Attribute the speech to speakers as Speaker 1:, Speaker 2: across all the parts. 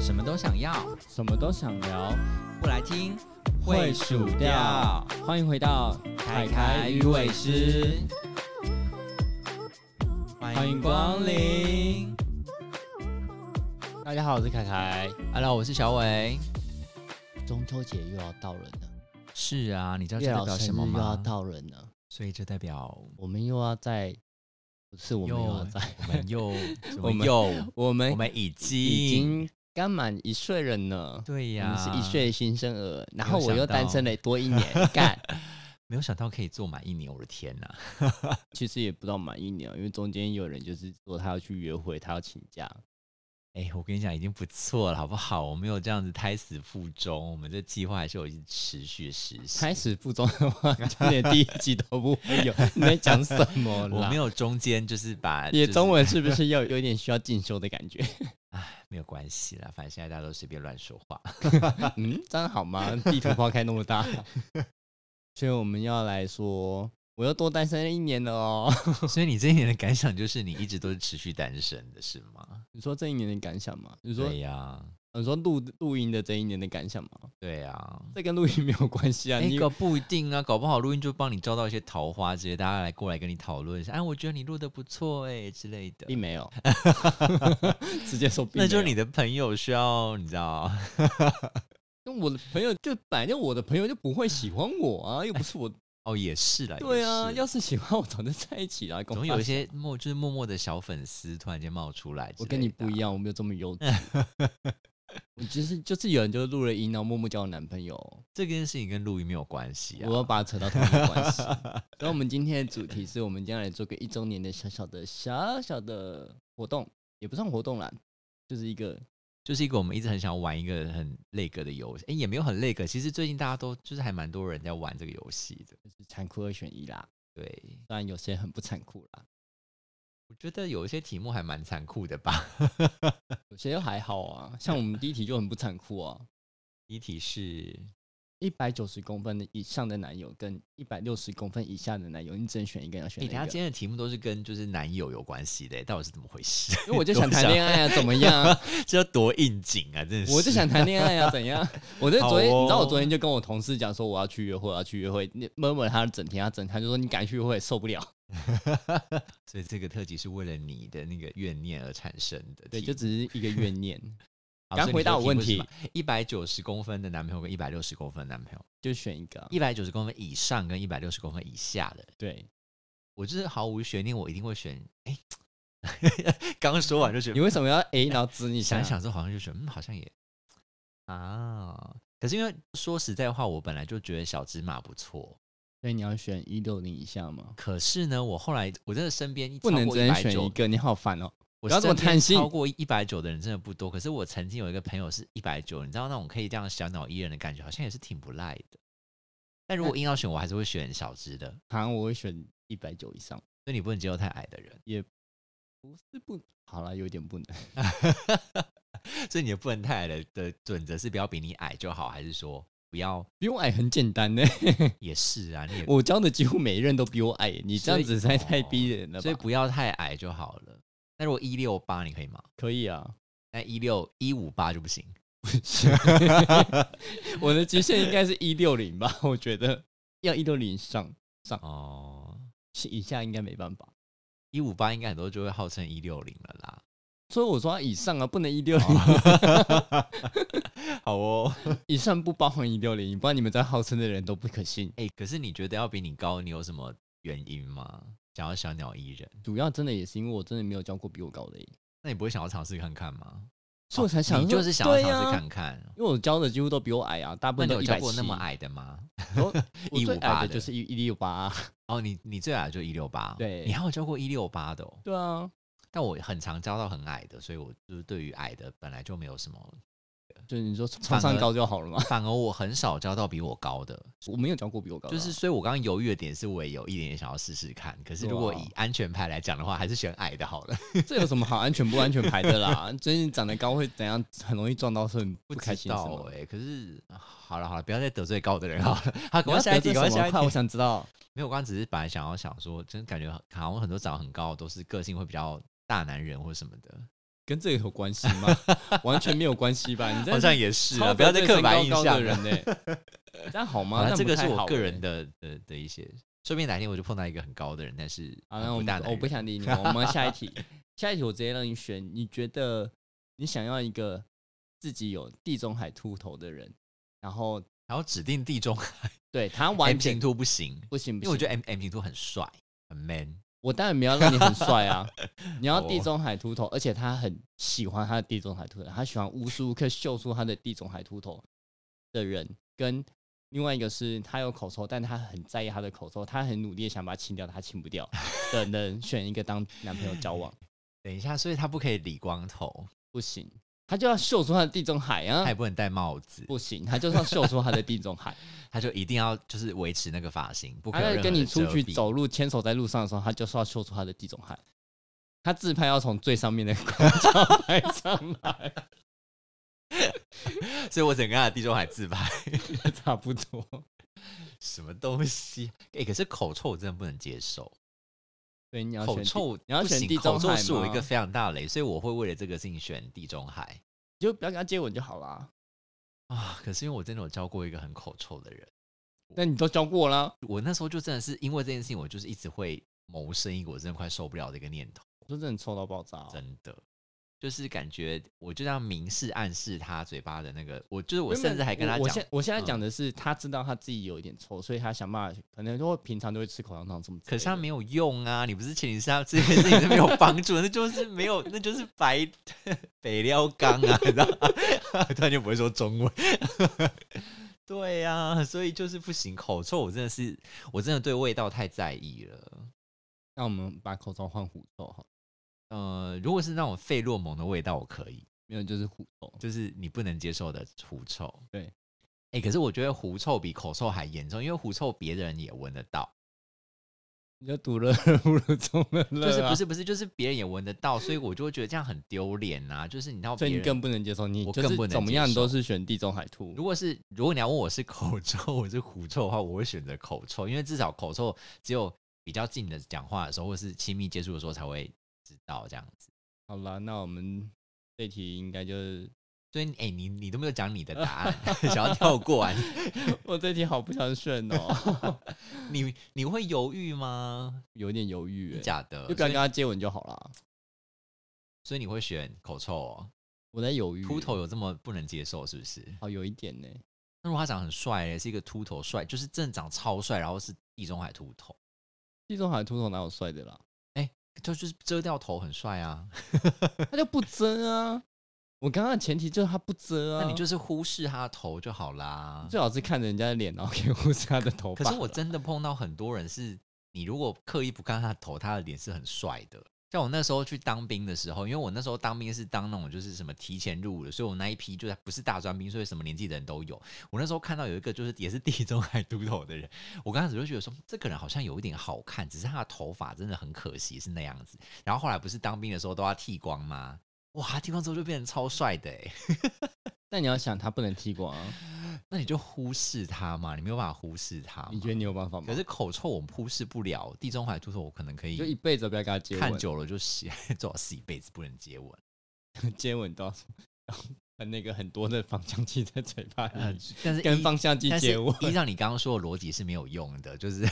Speaker 1: 什么都想要，
Speaker 2: 什么都想聊，
Speaker 1: 不来听
Speaker 2: 会数掉。欢迎回到
Speaker 1: 凯凯鱼尾狮，欢迎光临。
Speaker 2: 大家好，我是凯凯。
Speaker 1: Hello，我是小伟。
Speaker 2: 中秋节又要到了呢，
Speaker 1: 是啊，你知道这
Speaker 2: 月
Speaker 1: 代
Speaker 2: 老
Speaker 1: 表
Speaker 2: 生
Speaker 1: 什么
Speaker 2: 日又要
Speaker 1: 吗？
Speaker 2: 到了呢，
Speaker 1: 所以这代表
Speaker 2: 我们又要在，不是我们又要在，
Speaker 1: 我们 又
Speaker 2: 我
Speaker 1: 我
Speaker 2: 们
Speaker 1: 们又
Speaker 2: 我们
Speaker 1: 我们已经
Speaker 2: 已经刚满一岁了呢。
Speaker 1: 对
Speaker 2: 我
Speaker 1: 呀、
Speaker 2: 们是一岁新生儿，然
Speaker 1: 没
Speaker 2: 后
Speaker 1: 有
Speaker 2: 我
Speaker 1: 想
Speaker 2: 又单
Speaker 1: 到
Speaker 2: 身了多一年，干，
Speaker 1: 没有想到可以做满一年，我的天哪！
Speaker 2: 其实也不到满一年，哦因为中间有人就是说他要去约会，他要请假，
Speaker 1: 哎、我跟你讲，已经不错了，好不好？我没有这样子胎死腹中，我们这计划还是有一直持续实
Speaker 2: 开
Speaker 1: 行。
Speaker 2: 始附中的话，就连第一集都不会有。你在讲什么啦？
Speaker 1: 我没有中间就是 把、
Speaker 2: 你
Speaker 1: 就
Speaker 2: 的
Speaker 1: 是
Speaker 2: 中文是不是要有点需要进修的感 觉？
Speaker 1: 没有关系啦，反正现在大家都随便乱说话。
Speaker 2: 嗯，这样好吗？地图炮开那么大， 所以我们要来说，我又多单身一年了哦。
Speaker 1: 所以你这一年的感想就是你一直都是持续单身的是吗？
Speaker 2: 你说这一年的感想吗？你说
Speaker 1: 对呀、
Speaker 2: 你说录录音的这一年的感想吗？
Speaker 1: 对呀、
Speaker 2: 这跟录音没有关系啊。
Speaker 1: 哎、
Speaker 2: 啊你
Speaker 1: 搞不一定啊，搞不好录音就帮你招到一些桃花之类，大家来过来跟你讨论一下，哎，我觉得你录的不错哎、之类的。
Speaker 2: 并没 有，直接说并没有。
Speaker 1: 那就是你的朋友需要，你知道，
Speaker 2: 那我的朋友就本来就我的朋友就不会喜欢我啊，又不是 我。
Speaker 1: 哦，也是啦，
Speaker 2: 对啊，
Speaker 1: 也是
Speaker 2: 要是喜欢我早就在一起了。跟我
Speaker 1: 总有
Speaker 2: 发
Speaker 1: 一些默就是默默的小粉丝突然间冒出来之类的啊。
Speaker 2: 我跟你不一样，我没有这么 幼稚。我就是就是有人就录了音，然后默默交我男朋友，
Speaker 1: 这件事情跟录音没有关系啊。
Speaker 2: 我要把它扯到同一个关 系。然后我们今天的主题是我们将来做个一周年的小小的小小的活动，也不算活动啦，就是一个
Speaker 1: 就是一个我们一直很想玩一个很累格的游戏，哎、也没有很累格。其实最近大家都就是还蛮多人在玩这个游戏的。
Speaker 2: 就是残酷二选一啦。
Speaker 1: 对，
Speaker 2: 当然有些很不残酷啦，
Speaker 1: 我觉得有一些题目还蛮残酷的吧。
Speaker 2: 有些又还好啊。像我们第一题就很不残酷啊，
Speaker 1: 第一题是
Speaker 2: 一百九十公分的以上的男友跟一百六十公分以下的男友，你只能选一个，要选
Speaker 1: 你
Speaker 2: 哪
Speaker 1: 等下
Speaker 2: 一个？
Speaker 1: 今天的题目都是跟就是男友有关系的，到底是怎么回事？
Speaker 2: 因为 我就想谈恋爱啊，怎么样？
Speaker 1: 爱， 这要多应景啊！真的是，
Speaker 2: 我就想谈恋爱啊，怎样？我就昨天，
Speaker 1: 好哦
Speaker 2: 你知道我昨天就跟我同事讲说我要去约会，我要去约会。那闷闷他整天，他整天他就说你敢去约会受不了。
Speaker 1: 所以这个特辑是为了你的那个怨念而产生的题
Speaker 2: 对，
Speaker 1: 目。
Speaker 2: 就只是一个怨念，
Speaker 1: 好所
Speaker 2: 刚
Speaker 1: 以
Speaker 2: 回
Speaker 1: 你
Speaker 2: 答
Speaker 1: 说
Speaker 2: 我
Speaker 1: 题
Speaker 2: 问
Speaker 1: 目是
Speaker 2: 题
Speaker 1: 什么，一百九十公分的男朋友跟一百六十公分的男朋友，
Speaker 2: 就选一个啊。
Speaker 1: 一百九十公分以上跟一百六十公分以下的，
Speaker 2: 对，
Speaker 1: 我就是毫无悬念，我一定会选。哎、 刚说 完就觉
Speaker 2: 你
Speaker 1: 得，
Speaker 2: 为什么要 A 然后指你
Speaker 1: 想一？想之后好像就觉得，嗯，好像也啊。可是因为说实在话，我本来就觉得小芝麻不错，
Speaker 2: 所以你要选一六零以下吗？
Speaker 1: 可是呢，我后来我真的身边一
Speaker 2: 不能
Speaker 1: 超过
Speaker 2: 只能选
Speaker 1: 190
Speaker 2: 一个，你好烦哦。
Speaker 1: 我
Speaker 2: 不要这么
Speaker 1: 身边
Speaker 2: 贪心
Speaker 1: 超过一百九的人真的不多。可是我曾经有一个朋友是一百九，你知道那种可以这样小鸟依人的感觉，好像也是挺不赖的。但如果硬要选，我还是会选小只的。
Speaker 2: 好像我会选一百九以上，
Speaker 1: 所以你不能接受太矮的人，
Speaker 2: 不是不好了，有点不能。
Speaker 1: 所以你的不能太矮的的准则是不要比你矮就好，还是说不要？
Speaker 2: 比我矮很简单呢，
Speaker 1: 也是啊，你也
Speaker 2: 我教的几乎每一任都比我矮，你这样子实在
Speaker 1: 所以
Speaker 2: 太逼人了吧？
Speaker 1: 所以不要太矮就好了。那如果一六八你可以吗？
Speaker 2: 可以啊。
Speaker 1: 那一六一五八就不行。
Speaker 2: 我的极限应该是一六零吧，我觉得要一六零上
Speaker 1: 哦，
Speaker 2: 以下应该没办法。
Speaker 1: 一五八应该很多就会号称一六零了 啦。哦
Speaker 2: 所以我说以上啊，不能一六零
Speaker 1: 好哦。
Speaker 2: 以上不包含一六零，不然你们在号称的人都不可信。
Speaker 1: 哎、可是你觉得要比你高，你有什么原因吗？想要小鸟依人，
Speaker 2: 主要真的也是因为我真的没有教过比我高的耶，
Speaker 1: 那你不会想要尝试看看吗？
Speaker 2: 所以我才想
Speaker 1: 哦
Speaker 2: 说、
Speaker 1: 你就是想要
Speaker 2: 对
Speaker 1: 尝试
Speaker 2: 啊
Speaker 1: 看看。哦
Speaker 2: 因为我教的几乎都比我矮啊，大部
Speaker 1: 那你
Speaker 2: 分都
Speaker 1: 有
Speaker 2: 一
Speaker 1: 教
Speaker 2: 百
Speaker 1: 过
Speaker 2: 七
Speaker 1: 那么，矮的吗？
Speaker 2: 我我最
Speaker 1: 158
Speaker 2: 矮的
Speaker 1: 的
Speaker 2: 就是一一六八。啊
Speaker 1: 哦，你你最矮就一六八，哦
Speaker 2: 对
Speaker 1: 你还有教过一六八的、哦，
Speaker 2: 对啊，
Speaker 1: 但我很常教到很矮的，所以我就是对于矮的本来就没有什么。
Speaker 2: 就是你说冲上高就好了嘛。
Speaker 1: 反而我很少交到比我高 的，
Speaker 2: 我没有教过比我高的啊，
Speaker 1: 就是所以，我刚刚犹豫的点是我也有一点点想要试试看。可是如果
Speaker 2: 哇哦
Speaker 1: 以安全牌来讲的话，还是选矮的好了。
Speaker 2: 这有什么好安全不安全牌 的啦？最近长得高会怎样？很容易撞到，是很
Speaker 1: 不
Speaker 2: 不开
Speaker 1: 知
Speaker 2: 心是
Speaker 1: 道
Speaker 2: 吗？
Speaker 1: 哎、可是啊好了好了，不要再得罪高的人好了。 好，
Speaker 2: 你
Speaker 1: 赶快
Speaker 2: 要
Speaker 1: 欸下一题，
Speaker 2: 得
Speaker 1: 赶快
Speaker 2: 罪什
Speaker 1: 下
Speaker 2: 么
Speaker 1: 一
Speaker 2: 快我
Speaker 1: 题。
Speaker 2: 想知道。
Speaker 1: 没有，我刚刚只是本来想要想说，真的感觉好像很多长得很高的都是个性会比较大男人或什么的，
Speaker 2: 跟这个有关系 吗？完全没有关系吧？你这
Speaker 1: 好像也是
Speaker 2: 超
Speaker 1: 啊，不要
Speaker 2: 得
Speaker 1: 再
Speaker 2: 罪
Speaker 1: 刻
Speaker 2: 身
Speaker 1: 板
Speaker 2: 高
Speaker 1: 印
Speaker 2: 高
Speaker 1: 象
Speaker 2: 的
Speaker 1: 了。
Speaker 2: 人呢、这样好吗？
Speaker 1: 好
Speaker 2: 这
Speaker 1: 了，
Speaker 2: 样
Speaker 1: 这
Speaker 2: 不
Speaker 1: 个
Speaker 2: 太
Speaker 1: 是我
Speaker 2: 好
Speaker 1: 个
Speaker 2: 欸
Speaker 1: 人的的的一些，说不定哪天我就碰到一个很高的人，但是
Speaker 2: 啊，
Speaker 1: 很
Speaker 2: 那我
Speaker 1: 不大
Speaker 2: 们
Speaker 1: 男
Speaker 2: 我不
Speaker 1: 人。
Speaker 2: 想理 你，我们下一题，下一题我直接让你选，你觉得你想要一个自己有地中海秃头的人，然后
Speaker 1: 然后指定地中海
Speaker 2: 对他
Speaker 1: M
Speaker 2: 完
Speaker 1: 型
Speaker 2: 全
Speaker 1: 兔不行，
Speaker 2: 不行
Speaker 1: 因
Speaker 2: 不
Speaker 1: 为
Speaker 2: 行，
Speaker 1: 我觉得 M M 型兔很帅，很 man。
Speaker 2: 我当然没有让你很 帅啊，你要
Speaker 1: 哦
Speaker 2: 地中海秃头，而且他很喜欢他的地中海秃头，他喜欢无时无刻秀出他的地中海秃头的人，跟另外一个是他有口臭，但他很在意他的口臭，他很努力地想把它清掉，他清不 掉的人，选一个当男朋友交往
Speaker 1: 等一下，所以他不可以理光头，
Speaker 2: 不行，他就要秀出他的地中海啊
Speaker 1: 他也，不能戴帽子，
Speaker 2: 不行，他就是要秀出他的地中海，
Speaker 1: 他就一定要就是维持那个发型， 不可
Speaker 2: 他
Speaker 1: 以有任
Speaker 2: 在跟
Speaker 1: 何
Speaker 2: 你
Speaker 1: 的
Speaker 2: 出
Speaker 1: 遮
Speaker 2: 去
Speaker 1: 蔽。
Speaker 2: 走路牵手在路上的时候，他就是要秀出他的地中海。他自拍要从最上面的广角 拍上来，
Speaker 1: 所以我整个他的地中海自拍，
Speaker 2: 差不 多。
Speaker 1: 什么东西？哎、可是口臭我真的不能接受，
Speaker 2: 对，你要选
Speaker 1: 口
Speaker 2: 地
Speaker 1: 臭
Speaker 2: 你要
Speaker 1: 不
Speaker 2: 选
Speaker 1: 行
Speaker 2: 地中
Speaker 1: 口臭
Speaker 2: 海
Speaker 1: 是我一个
Speaker 2: 吗
Speaker 1: 非常大的雷，所以我会为了这个事情选地中海
Speaker 2: 你就不要跟他接吻就好啦。
Speaker 1: 啊。可是因为我真的有教过一个很口臭的人，
Speaker 2: 那你都教过啦，
Speaker 1: 我那时候就真的是因为这件事情，我就是一直会萌生一个我真的快受不了的一个念头。
Speaker 2: 我说真的臭到爆炸哦、
Speaker 1: 真的，就是感觉我就这样明示暗示他嘴巴的那个，我就是我
Speaker 2: 没有没有
Speaker 1: 甚至还跟他
Speaker 2: 我我
Speaker 1: 讲
Speaker 2: 现，我现
Speaker 1: 嗯
Speaker 2: 在讲的是，他知道他自己有一点臭，所以他想办法，可能就会平常都会吃口香糖什么之类的。
Speaker 1: 可是他没有用啊！你不是前提是他这件事情是没有帮助的，那就是没有，那就是白 北料缸啊，你知道吗？ 突然就不会说中文。对呀、所以就是不行，口臭我真的是，我真的对味道太在意了。
Speaker 2: 那我们把口罩换狐臭哈，
Speaker 1: 呃，如果是那种费洛蒙的味道，我可以，
Speaker 2: 没有就是狐臭。
Speaker 1: 就是你不能接受的狐臭。
Speaker 2: 对，
Speaker 1: 哎、可是我觉得狐臭比口臭还严重，因为狐臭别人也闻得到，
Speaker 2: 你就堵了 不如中了热、
Speaker 1: 就是不？是不是，就是别人也闻得到，所以我就会觉得这样很丢脸呐。就是你知道
Speaker 2: 所
Speaker 1: 别
Speaker 2: 以
Speaker 1: 人，
Speaker 2: 你更不能接受，你
Speaker 1: 我
Speaker 2: 就
Speaker 1: 更
Speaker 2: 是
Speaker 1: 不能
Speaker 2: 怎么
Speaker 1: 接
Speaker 2: 样都
Speaker 1: 受
Speaker 2: 是选地中海兔
Speaker 1: 如。果是如果你要问我是口臭我是狐臭的话，我会选择口臭，因为至少口臭只有比较近的讲话的时候，或是亲密接触的时候才会知道这样子。
Speaker 2: 好啦，那我们这题应该就是
Speaker 1: 所以，哎、你你都没有讲你的答案，想要跳过啊？
Speaker 2: 我这题好不想选 哦，
Speaker 1: 你你你会犹豫吗？
Speaker 2: 有点犹豫、欸，
Speaker 1: 假的，
Speaker 2: 就不要
Speaker 1: 所以
Speaker 2: 跟他接吻就好啦。
Speaker 1: 所以你会选口臭哦？
Speaker 2: 我在犹豫、
Speaker 1: 秃头有这么不能接受是不是？
Speaker 2: 哦，有一点呢、
Speaker 1: 那如果他长得很帅、欸，是一个秃头帅，就是真的长超帅，然后是地中海秃头，
Speaker 2: 地中海秃头哪有帅的啦？
Speaker 1: 就就是遮掉头很帅啊。
Speaker 2: 他就不遮啊。我刚刚的前提就是他不遮啊。
Speaker 1: 那你就是忽视他的头就好啦。
Speaker 2: 最好是看着人家的脸，然后可以忽视他的头发
Speaker 1: 可
Speaker 2: 啦。
Speaker 1: 是我真的碰到很多人是，你如果刻意不看他的头，他的脸是很帅的。像我那时候去当兵的时候，因为我那时候当兵是当那种就是什么提前入伍的，所以我那一批就是不是大专兵，所以什么年纪的人都有。我那时候看到有一个就是也是地中海秃头的人，我刚开始就觉得说这个人好像有一点好看，只是他的头发真的很可惜是那样子。然后后来不是当兵的时候都要剃光吗？哇，他剃光之后就变成超帅的哎、
Speaker 2: 但你要想，他不能剃光啊。
Speaker 1: 那你就忽视他嘛，你没有办法忽视他嘛。
Speaker 2: 你觉得你有办法吗？
Speaker 1: 可是口臭我们忽视不了，地中海秃头我可能可
Speaker 2: 哦就一
Speaker 1: 以
Speaker 2: 辈子不要跟他接
Speaker 1: 看
Speaker 2: 吻，
Speaker 1: 久了就洗， 最好是一辈子不能接吻。
Speaker 2: 接吻都要 喷那个很多的芳香剂在嘴巴
Speaker 1: 呃
Speaker 2: 里，
Speaker 1: 但是
Speaker 2: 跟
Speaker 1: 依
Speaker 2: 芳香剂
Speaker 1: 但是
Speaker 2: 接吻。
Speaker 1: 依照你刚刚说的逻辑是没有用的，就是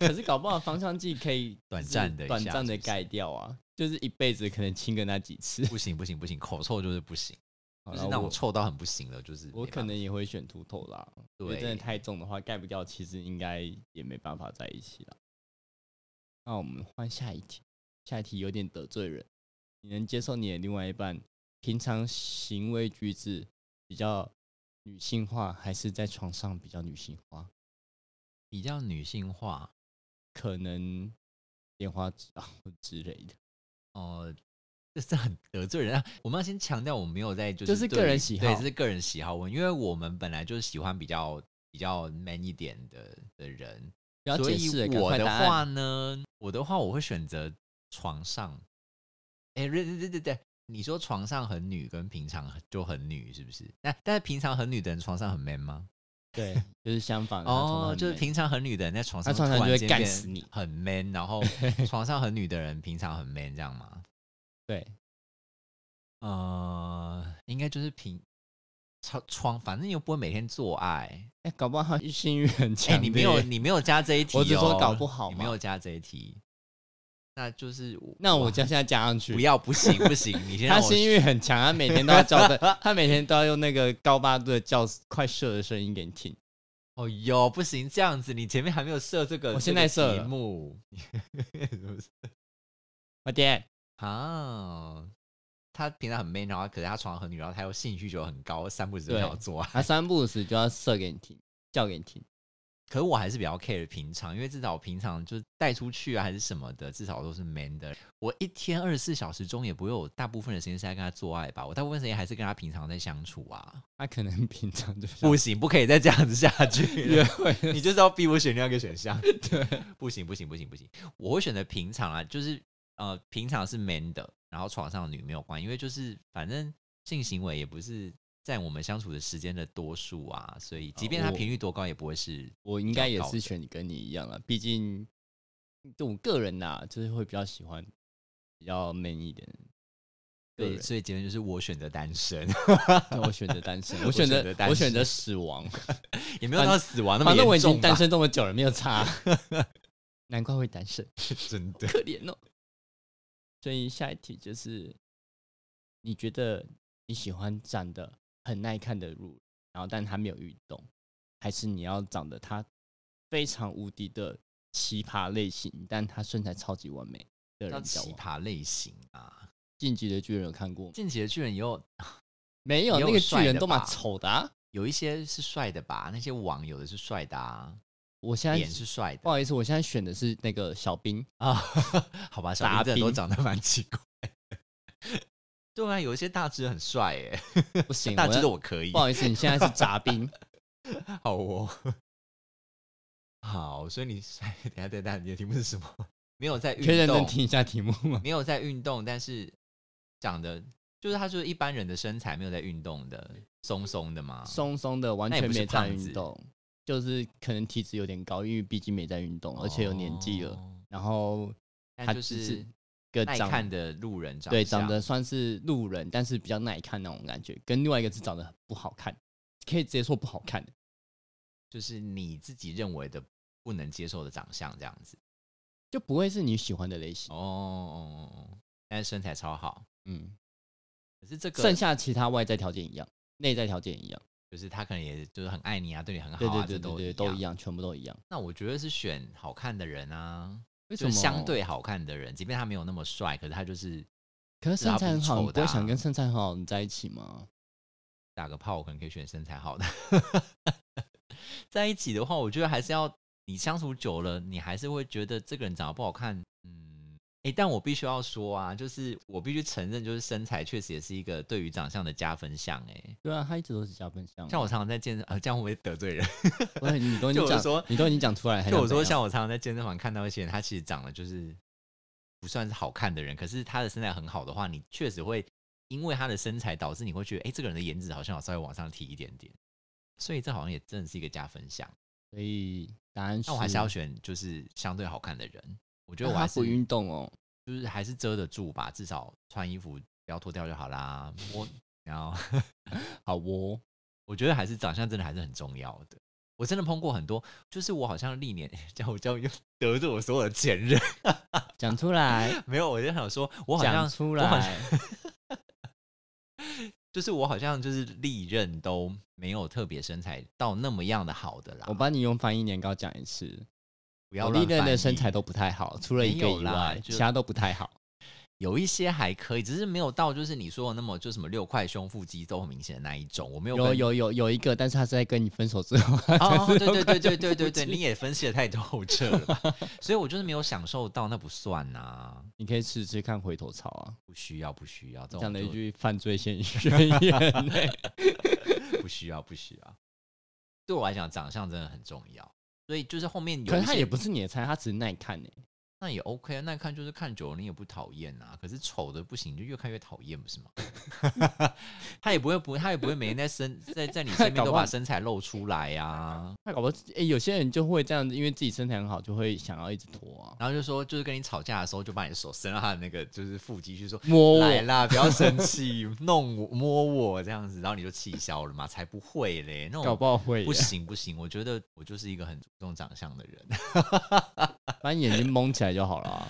Speaker 2: 可 是搞不好芳香剂可以
Speaker 1: 短暂地一下
Speaker 2: 短暂的
Speaker 1: 是不是
Speaker 2: 盖掉啊，就是一辈子可能亲个那几次。
Speaker 1: 不行不行不行，口臭就是不行，
Speaker 2: 好
Speaker 1: 就
Speaker 2: 啦
Speaker 1: 是那
Speaker 2: 我
Speaker 1: 种臭到很不行的，就是
Speaker 2: 我
Speaker 1: 没
Speaker 2: 可
Speaker 1: 办法
Speaker 2: 能也会选秃头啦，因为真的
Speaker 1: 对
Speaker 2: 太重的话盖不掉，其实应该也没办法在一起了。那我们换下一题，下一题有点得罪人。你能接受你的另外一半平常行为举止比较女性化，还是在床上比较女性化？
Speaker 1: 比较女性化。
Speaker 2: 可能莲花指啊之类的，
Speaker 1: 呃，这这很得罪人啊！我们要先强调，我们没有在就是
Speaker 2: 这是个
Speaker 1: 对于
Speaker 2: 人喜
Speaker 1: 对，
Speaker 2: 好
Speaker 1: 这是个人喜好问，因为我们本来就是喜欢比较比较 man 一点的的人，
Speaker 2: 不要
Speaker 1: 所
Speaker 2: 解释了，
Speaker 1: 以
Speaker 2: 赶
Speaker 1: 我
Speaker 2: 快
Speaker 1: 的
Speaker 2: 答案
Speaker 1: 话呢，我的话我会选择床上。哎、对对对对对，你说床上很女跟平常很就很女是不是？那但是平常很女的人床上很 man 吗？
Speaker 2: 对，就是相反的啊
Speaker 1: 哦，就是，
Speaker 2: 呃他从头到尾
Speaker 1: 平常很女的人在床上
Speaker 2: 那床
Speaker 1: 突
Speaker 2: 上
Speaker 1: 然
Speaker 2: 就会
Speaker 1: 间
Speaker 2: 干
Speaker 1: 变
Speaker 2: 死你
Speaker 1: 很 man，然 后床上很女的人平常很 man 这样吗？
Speaker 2: 对，
Speaker 1: 呃，应该就是平床床，反正又不会每天做爱。
Speaker 2: 哎、搞不好他性欲很
Speaker 1: 哎、
Speaker 2: 强烈、
Speaker 1: 你没有你没有加这一题、哦，
Speaker 2: 我只说搞不好
Speaker 1: 你
Speaker 2: 嘛
Speaker 1: 没有加这一题，那就是
Speaker 2: 那我
Speaker 1: 哇
Speaker 2: 就现在加上去，
Speaker 1: 不要，不行不 行，你先让
Speaker 2: 他
Speaker 1: 我
Speaker 2: 性欲很强，他每天都 要叫的，他每天都要用那个高八度的叫快射的声音给你听。
Speaker 1: 哦哟，不行这样子，你前面还没有设这个，
Speaker 2: 我现
Speaker 1: 这个
Speaker 2: 在设
Speaker 1: 题
Speaker 2: 了
Speaker 1: 目，是不是
Speaker 2: 快点，
Speaker 1: 啊？他平常很 man，然后可是他床很女，然后他又性需求很高，三不五时就
Speaker 2: 对
Speaker 1: 想要做爱。
Speaker 2: 他三不五时就要射给你听，叫给你听。
Speaker 1: 可是我还是比较 care 平常，因为至少平常就是带出去啊还是什么的，至少都是 man 的。我一天二十四小时中也不会有大部分的时间是在跟他做爱吧，我大部分时间还是跟他平常在相处啊。
Speaker 2: 他可能 平常就是啊
Speaker 1: 不行，不可以再这样子下去了
Speaker 2: 约 会的
Speaker 1: 你就是要逼我选另外一个选项。对，不行不行不行不行，我会选择平常啊，就是呃平常是 man 的，然后床上女没有关系，因为就是反正性行为也不是占我们相处的时间的多数啊，所以即便它
Speaker 2: 我
Speaker 1: 频率多高，也不会是
Speaker 2: 我应该
Speaker 1: 比
Speaker 2: 也
Speaker 1: 较高
Speaker 2: 是选你跟你一样了，毕竟就我个人呐、就是会比较喜欢比较 man 一点。个
Speaker 1: 对，
Speaker 2: 人
Speaker 1: 所以结论就是我选择单身，
Speaker 2: 那我选择 单身，
Speaker 1: 我
Speaker 2: 我选
Speaker 1: 选择
Speaker 2: 择
Speaker 1: 单身
Speaker 2: 我选择死亡。
Speaker 1: 也没有到死亡那么
Speaker 2: 反正我
Speaker 1: 严
Speaker 2: 已经
Speaker 1: 重吧。
Speaker 2: 单身这么久了，没 有差。难怪会单身，
Speaker 1: 真的
Speaker 2: 可怜哦。所以下一题就是，你觉得你喜欢长得很耐看的路人，然后但他没有运动，还是你要长得他非常无敌的奇葩类型，但他身材超级完美的
Speaker 1: 叫
Speaker 2: 人交
Speaker 1: 奇
Speaker 2: 往？
Speaker 1: 葩类型啊！
Speaker 2: 晋级的巨人有看过吗？
Speaker 1: 进击的巨人也有
Speaker 2: 没有，
Speaker 1: 也有
Speaker 2: 那个巨
Speaker 1: 帅
Speaker 2: 人
Speaker 1: 的
Speaker 2: 都蛮
Speaker 1: 吧
Speaker 2: 丑的、啊。
Speaker 1: 有一些是帅的吧，那些网有的是帅的啊，
Speaker 2: 我现在
Speaker 1: 脸是帅的
Speaker 2: 不好意思，我现在选的是那个小兵，
Speaker 1: 啊， 好吧，小
Speaker 2: 杂
Speaker 1: 兵真的都
Speaker 2: 兵
Speaker 1: 长得蛮奇 怪。对啊，有一些大只很帅耶，
Speaker 2: 不 行，
Speaker 1: 大
Speaker 2: 哎我
Speaker 1: 只
Speaker 2: 要
Speaker 1: 的我可以
Speaker 2: 不，好意思，你现在是杂 兵，
Speaker 1: 好哦。好，所以你等一下等一下，你的题目是什么？没有在
Speaker 2: 可以
Speaker 1: 运
Speaker 2: 认真
Speaker 1: 动，
Speaker 2: 听一下题目吗？
Speaker 1: 没有在运动，但是长得就是他就是一般人的身材，没有在运动的，松松的嘛。
Speaker 2: 松松的，完
Speaker 1: 啊那也
Speaker 2: 全
Speaker 1: 不是
Speaker 2: 没在
Speaker 1: 胖子
Speaker 2: 运动，就是可能体脂有点高，因为毕竟没在运动，而且有年纪了，
Speaker 1: 哦，
Speaker 2: 然后
Speaker 1: 但
Speaker 2: 他
Speaker 1: 就
Speaker 2: 只
Speaker 1: 是
Speaker 2: 个
Speaker 1: 耐
Speaker 2: 长
Speaker 1: 看的路人长
Speaker 2: 对长
Speaker 1: 相
Speaker 2: 得算是路人，但是比较耐看那种感觉，跟另外一个是长得很不好看，可以直接说不好看的。
Speaker 1: 就是你自己认为的不能接受的长相这样子。
Speaker 2: 就不会是你喜欢的类型，
Speaker 1: 哦哦哦哦，但是身材超好。
Speaker 2: 嗯，
Speaker 1: 可是这个
Speaker 2: 剩下其他外在条件一样，内在条件一样，
Speaker 1: 就是他可能也就是很爱你啊，对你很好
Speaker 2: 对
Speaker 1: 啊，这
Speaker 2: 对对对对，
Speaker 1: 都
Speaker 2: 都一
Speaker 1: 样。
Speaker 2: 样，全部都一样。
Speaker 1: 那我觉得是选好看的人啊，
Speaker 2: 为什
Speaker 1: 就
Speaker 2: 么
Speaker 1: 是相？对好看的人，即便他没有那么帅，可是他就是
Speaker 2: 可是
Speaker 1: 至少不
Speaker 2: 身材很
Speaker 1: 是
Speaker 2: 好，
Speaker 1: 丑
Speaker 2: 你不
Speaker 1: 的
Speaker 2: 会
Speaker 1: 啊
Speaker 2: 想跟身材很好的人在一起吗？
Speaker 1: 打个炮，我可能可以选身材好的。 在一起的话，我觉得还是要你相处久了，你还是会觉得这个人长得不好看。嗯，诶，但我必须要说啊，就是我必须承认，就是身材确实也是一个对于长相的加分项。诶，
Speaker 2: 对啊，他一直都是加分项啊。
Speaker 1: 像我常常在健身，呃，这样会不会得罪人？
Speaker 2: 不是你都已
Speaker 1: 就
Speaker 2: 经
Speaker 1: 我
Speaker 2: 讲，
Speaker 1: 说
Speaker 2: 你都已经讲出来了，还
Speaker 1: 就我
Speaker 2: 想怎
Speaker 1: 说，
Speaker 2: 样
Speaker 1: 像我常常在健身房看到一些人，他其实长得就是不算是好看的人，可是他的身材很好的话，你确实会因为他的身材导致你会觉得，哎、这个人的颜值好像有稍微往上提一点点，所以这好像也真的是一个加分项。
Speaker 2: 所以答案是，
Speaker 1: 那我还是要选就是相对好看的人，我觉
Speaker 2: 那
Speaker 1: 得我
Speaker 2: 他
Speaker 1: 还
Speaker 2: 不
Speaker 1: 是
Speaker 2: 运动哦，
Speaker 1: 就是还是遮得住吧，至少穿衣服不要脱掉就好啦。我然后。
Speaker 2: 好哦，
Speaker 1: 我觉得还是长相真的还是很重要的。我真的碰过很多，就是我好像历年 叫我叫我又得罪我所有的前任，
Speaker 2: 讲出来，
Speaker 1: 没有，我就想说， 我好像
Speaker 2: 讲出
Speaker 1: 我好像
Speaker 2: 来，
Speaker 1: 就是我好像就是历任都没有特别身材到那么样的好的啦。
Speaker 2: 我帮你用翻译年糕讲一次。
Speaker 1: 不要
Speaker 2: 我
Speaker 1: 乱
Speaker 2: 历任
Speaker 1: 翻
Speaker 2: 的
Speaker 1: 译
Speaker 2: 身材都不太好，除了一个
Speaker 1: 没有
Speaker 2: 以
Speaker 1: 啦
Speaker 2: 外，
Speaker 1: 就
Speaker 2: 其他都不太好。
Speaker 1: 有一些还可以，只是没有到就是你说的那么就什么六块胸腹肌都很明显的那一种。我没有
Speaker 2: 有
Speaker 1: 跟
Speaker 2: 有有有一个，但是他是在跟你分手之后，
Speaker 1: 哦，对对对对对
Speaker 2: 对
Speaker 1: 对对，你也分析的太透彻了吧， 所以我就是没有享受到，那不算呐、
Speaker 2: 你可以试试看回头草啊，
Speaker 1: 不需要不需要，这
Speaker 2: 讲
Speaker 1: 种就
Speaker 2: 了一句犯罪宣宣 言呢。
Speaker 1: 不需要不需要。对我来讲，长相真的很重要，所以就是后面有
Speaker 2: 可
Speaker 1: 一
Speaker 2: 是他
Speaker 1: 些
Speaker 2: 也不是你的菜，他只是耐看呢、欸
Speaker 1: 那也 OK 啊，那看就是看久了你也不讨厌啊，可是丑的不行，就越看越讨厌，不是吗？ 他也不会不，他也不会每天在身在在你身边
Speaker 2: 搞
Speaker 1: 都
Speaker 2: 不好
Speaker 1: 把身材露出来呀、啊，
Speaker 2: 他搞不好，哎、有些人就会这样子，因为自己身材很好，就会想要一直拖啊，
Speaker 1: 然后就说就是跟你吵架的时候，就把你的手伸到他的那个就是腹肌去说。
Speaker 2: 摸
Speaker 1: 来
Speaker 2: 我。
Speaker 1: 啦，不要生气，弄我摸我这样子，然后你就气消了嘛？才不会嘞，那
Speaker 2: 搞
Speaker 1: 种
Speaker 2: 不好会耶，
Speaker 1: 不行不行，我觉得我就是一个很注重长相的人，
Speaker 2: 把你眼睛蒙起来就好了啊、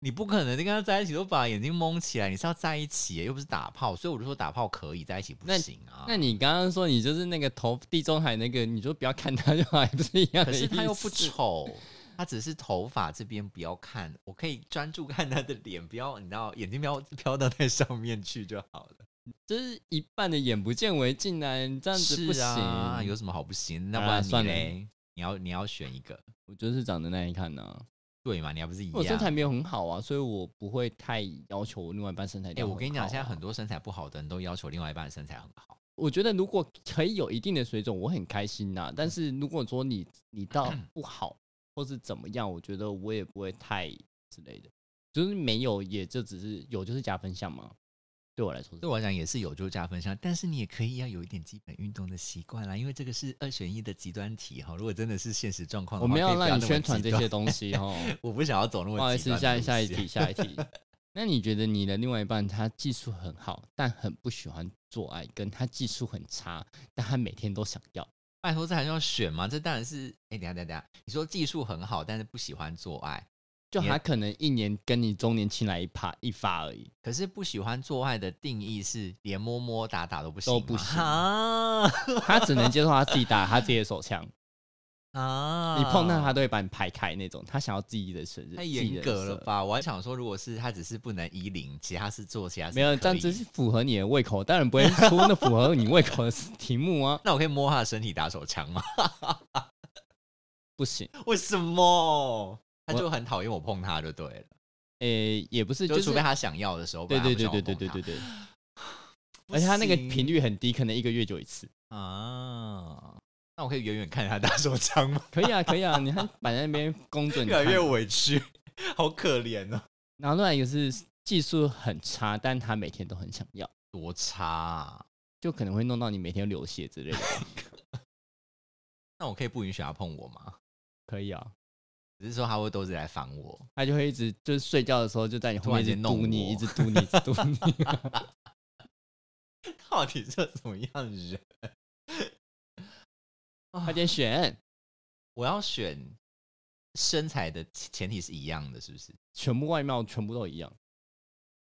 Speaker 1: 你不可能跟他在一起都把眼睛蒙起来，你是要在一起耶，又不是打炮，所以我就说打炮可以，在一起不
Speaker 2: 那
Speaker 1: 行啊。
Speaker 2: 那你刚刚说你就是那个头地中海那个，你就不要看他就好，还不是一样
Speaker 1: 可
Speaker 2: 的
Speaker 1: 是
Speaker 2: 意
Speaker 1: 他又不
Speaker 2: 思
Speaker 1: 丑，他只是头发这边不要看，我可以专注看他的脸，不要你知道眼睛不要飘到那上面去就好了。
Speaker 2: 就是一半的眼不见为净啊！你这样子不
Speaker 1: 是
Speaker 2: 行，
Speaker 1: 啊，有什么好不行？那
Speaker 2: 啊
Speaker 1: 不然你
Speaker 2: 算了
Speaker 1: 嘞？你要你要选一个
Speaker 2: 我就是长得耐看呐、啊。
Speaker 1: 对嘛？你还不是一
Speaker 2: 我身材
Speaker 1: 样？
Speaker 2: 没有很好啊，所以我不会太要求另外一半身材一
Speaker 1: 哎、
Speaker 2: 定要
Speaker 1: 我跟你讲，
Speaker 2: 好啊
Speaker 1: 现在很多身材不好的人都要求另外一半身材很好。
Speaker 2: 我觉得如果可以有一定的水准，我很开心呐、但是如果说你你到
Speaker 1: 嗯
Speaker 2: 不好或是怎么样，我觉得我也不会太之类的，就是没有也就只是有就是加分项嘛。对我来说是这
Speaker 1: 对
Speaker 2: 样，
Speaker 1: 我来讲也是有就加分项，但是你也可以要有一点基本运动的习惯啦，因为这个是二选一的极端体哈。如果真的是现实状况的
Speaker 2: 我
Speaker 1: 话，
Speaker 2: 们
Speaker 1: 可
Speaker 2: 要
Speaker 1: 以不
Speaker 2: 让
Speaker 1: 那
Speaker 2: 你
Speaker 1: 么
Speaker 2: 宣
Speaker 1: 极
Speaker 2: 传这
Speaker 1: 端
Speaker 2: 些，东西哦。
Speaker 1: 我不想要走那么
Speaker 2: 不好意
Speaker 1: 极
Speaker 2: 思，
Speaker 1: 端的
Speaker 2: 下
Speaker 1: 路
Speaker 2: 下一
Speaker 1: 线
Speaker 2: 题，下一题。那你觉得你的另外一半他技术很好，但很不喜欢做爱，跟他技术很差，但他每天都想要，
Speaker 1: 拜托，这还要选吗？这当然是，哎、等一下等一下等一下，你说技术很好，但是不喜欢做爱，
Speaker 2: 就
Speaker 1: 你
Speaker 2: 他可能一年跟你周年庆来一趴一发而已，
Speaker 1: 可是不喜欢做爱的定义是连摸摸打打都不行吗，
Speaker 2: 都不行
Speaker 1: 啊
Speaker 2: 他只能接受他自己打他自己的 手枪，
Speaker 1: 啊！
Speaker 2: 你碰到他都会把你排开那种，他想要自己的生日，
Speaker 1: 太
Speaker 2: 自己
Speaker 1: 严
Speaker 2: 的
Speaker 1: 格了
Speaker 2: 色？
Speaker 1: 吧？我还想说，如果是他只是不能衣领，其他是做其他是
Speaker 2: 没有，
Speaker 1: 可
Speaker 2: 这样
Speaker 1: 以
Speaker 2: 子是符合你的胃口，当然不会出那符合你胃口的题目啊，
Speaker 1: 那我可以摸他的身体打手枪吗？
Speaker 2: 不行。
Speaker 1: 为什么？他
Speaker 2: 我
Speaker 1: 就很讨厌我碰他就对了，
Speaker 2: 诶、也不是，
Speaker 1: 就
Speaker 2: 就是
Speaker 1: 除非他想要的时候，不
Speaker 2: 对
Speaker 1: 然
Speaker 2: 对对
Speaker 1: 他不
Speaker 2: 对
Speaker 1: 想我碰
Speaker 2: 对对
Speaker 1: 他
Speaker 2: 对对，
Speaker 1: 不
Speaker 2: 而且他那个
Speaker 1: 行
Speaker 2: 频率很低，可能一个月就一次。
Speaker 1: 啊。那我可以远远看他打手枪 吗？
Speaker 2: 可以啊，可以啊，你看摆在那边工作，你
Speaker 1: 越来越
Speaker 2: 看
Speaker 1: 委屈，好可怜哦。
Speaker 2: 然后另外一个是技术很差，但他每天都很想要，
Speaker 1: 多差、啊！
Speaker 2: 就可能会弄到你每天流血之类的。
Speaker 1: 那我可以不允许他碰我吗？
Speaker 2: 可以啊，
Speaker 1: 只是说他会都是来烦我，
Speaker 2: 他就会一直就是睡觉的时候就在你
Speaker 1: 突
Speaker 2: 后
Speaker 1: 然
Speaker 2: 面一直
Speaker 1: 间弄
Speaker 2: 嘟你，
Speaker 1: 我
Speaker 2: 一直嘟你，一直嘟你。
Speaker 1: 到底是什么样的人？啊
Speaker 2: 快点选，
Speaker 1: 我要选身材的前提是一样的，是不是？
Speaker 2: 全部外貌全部都一样。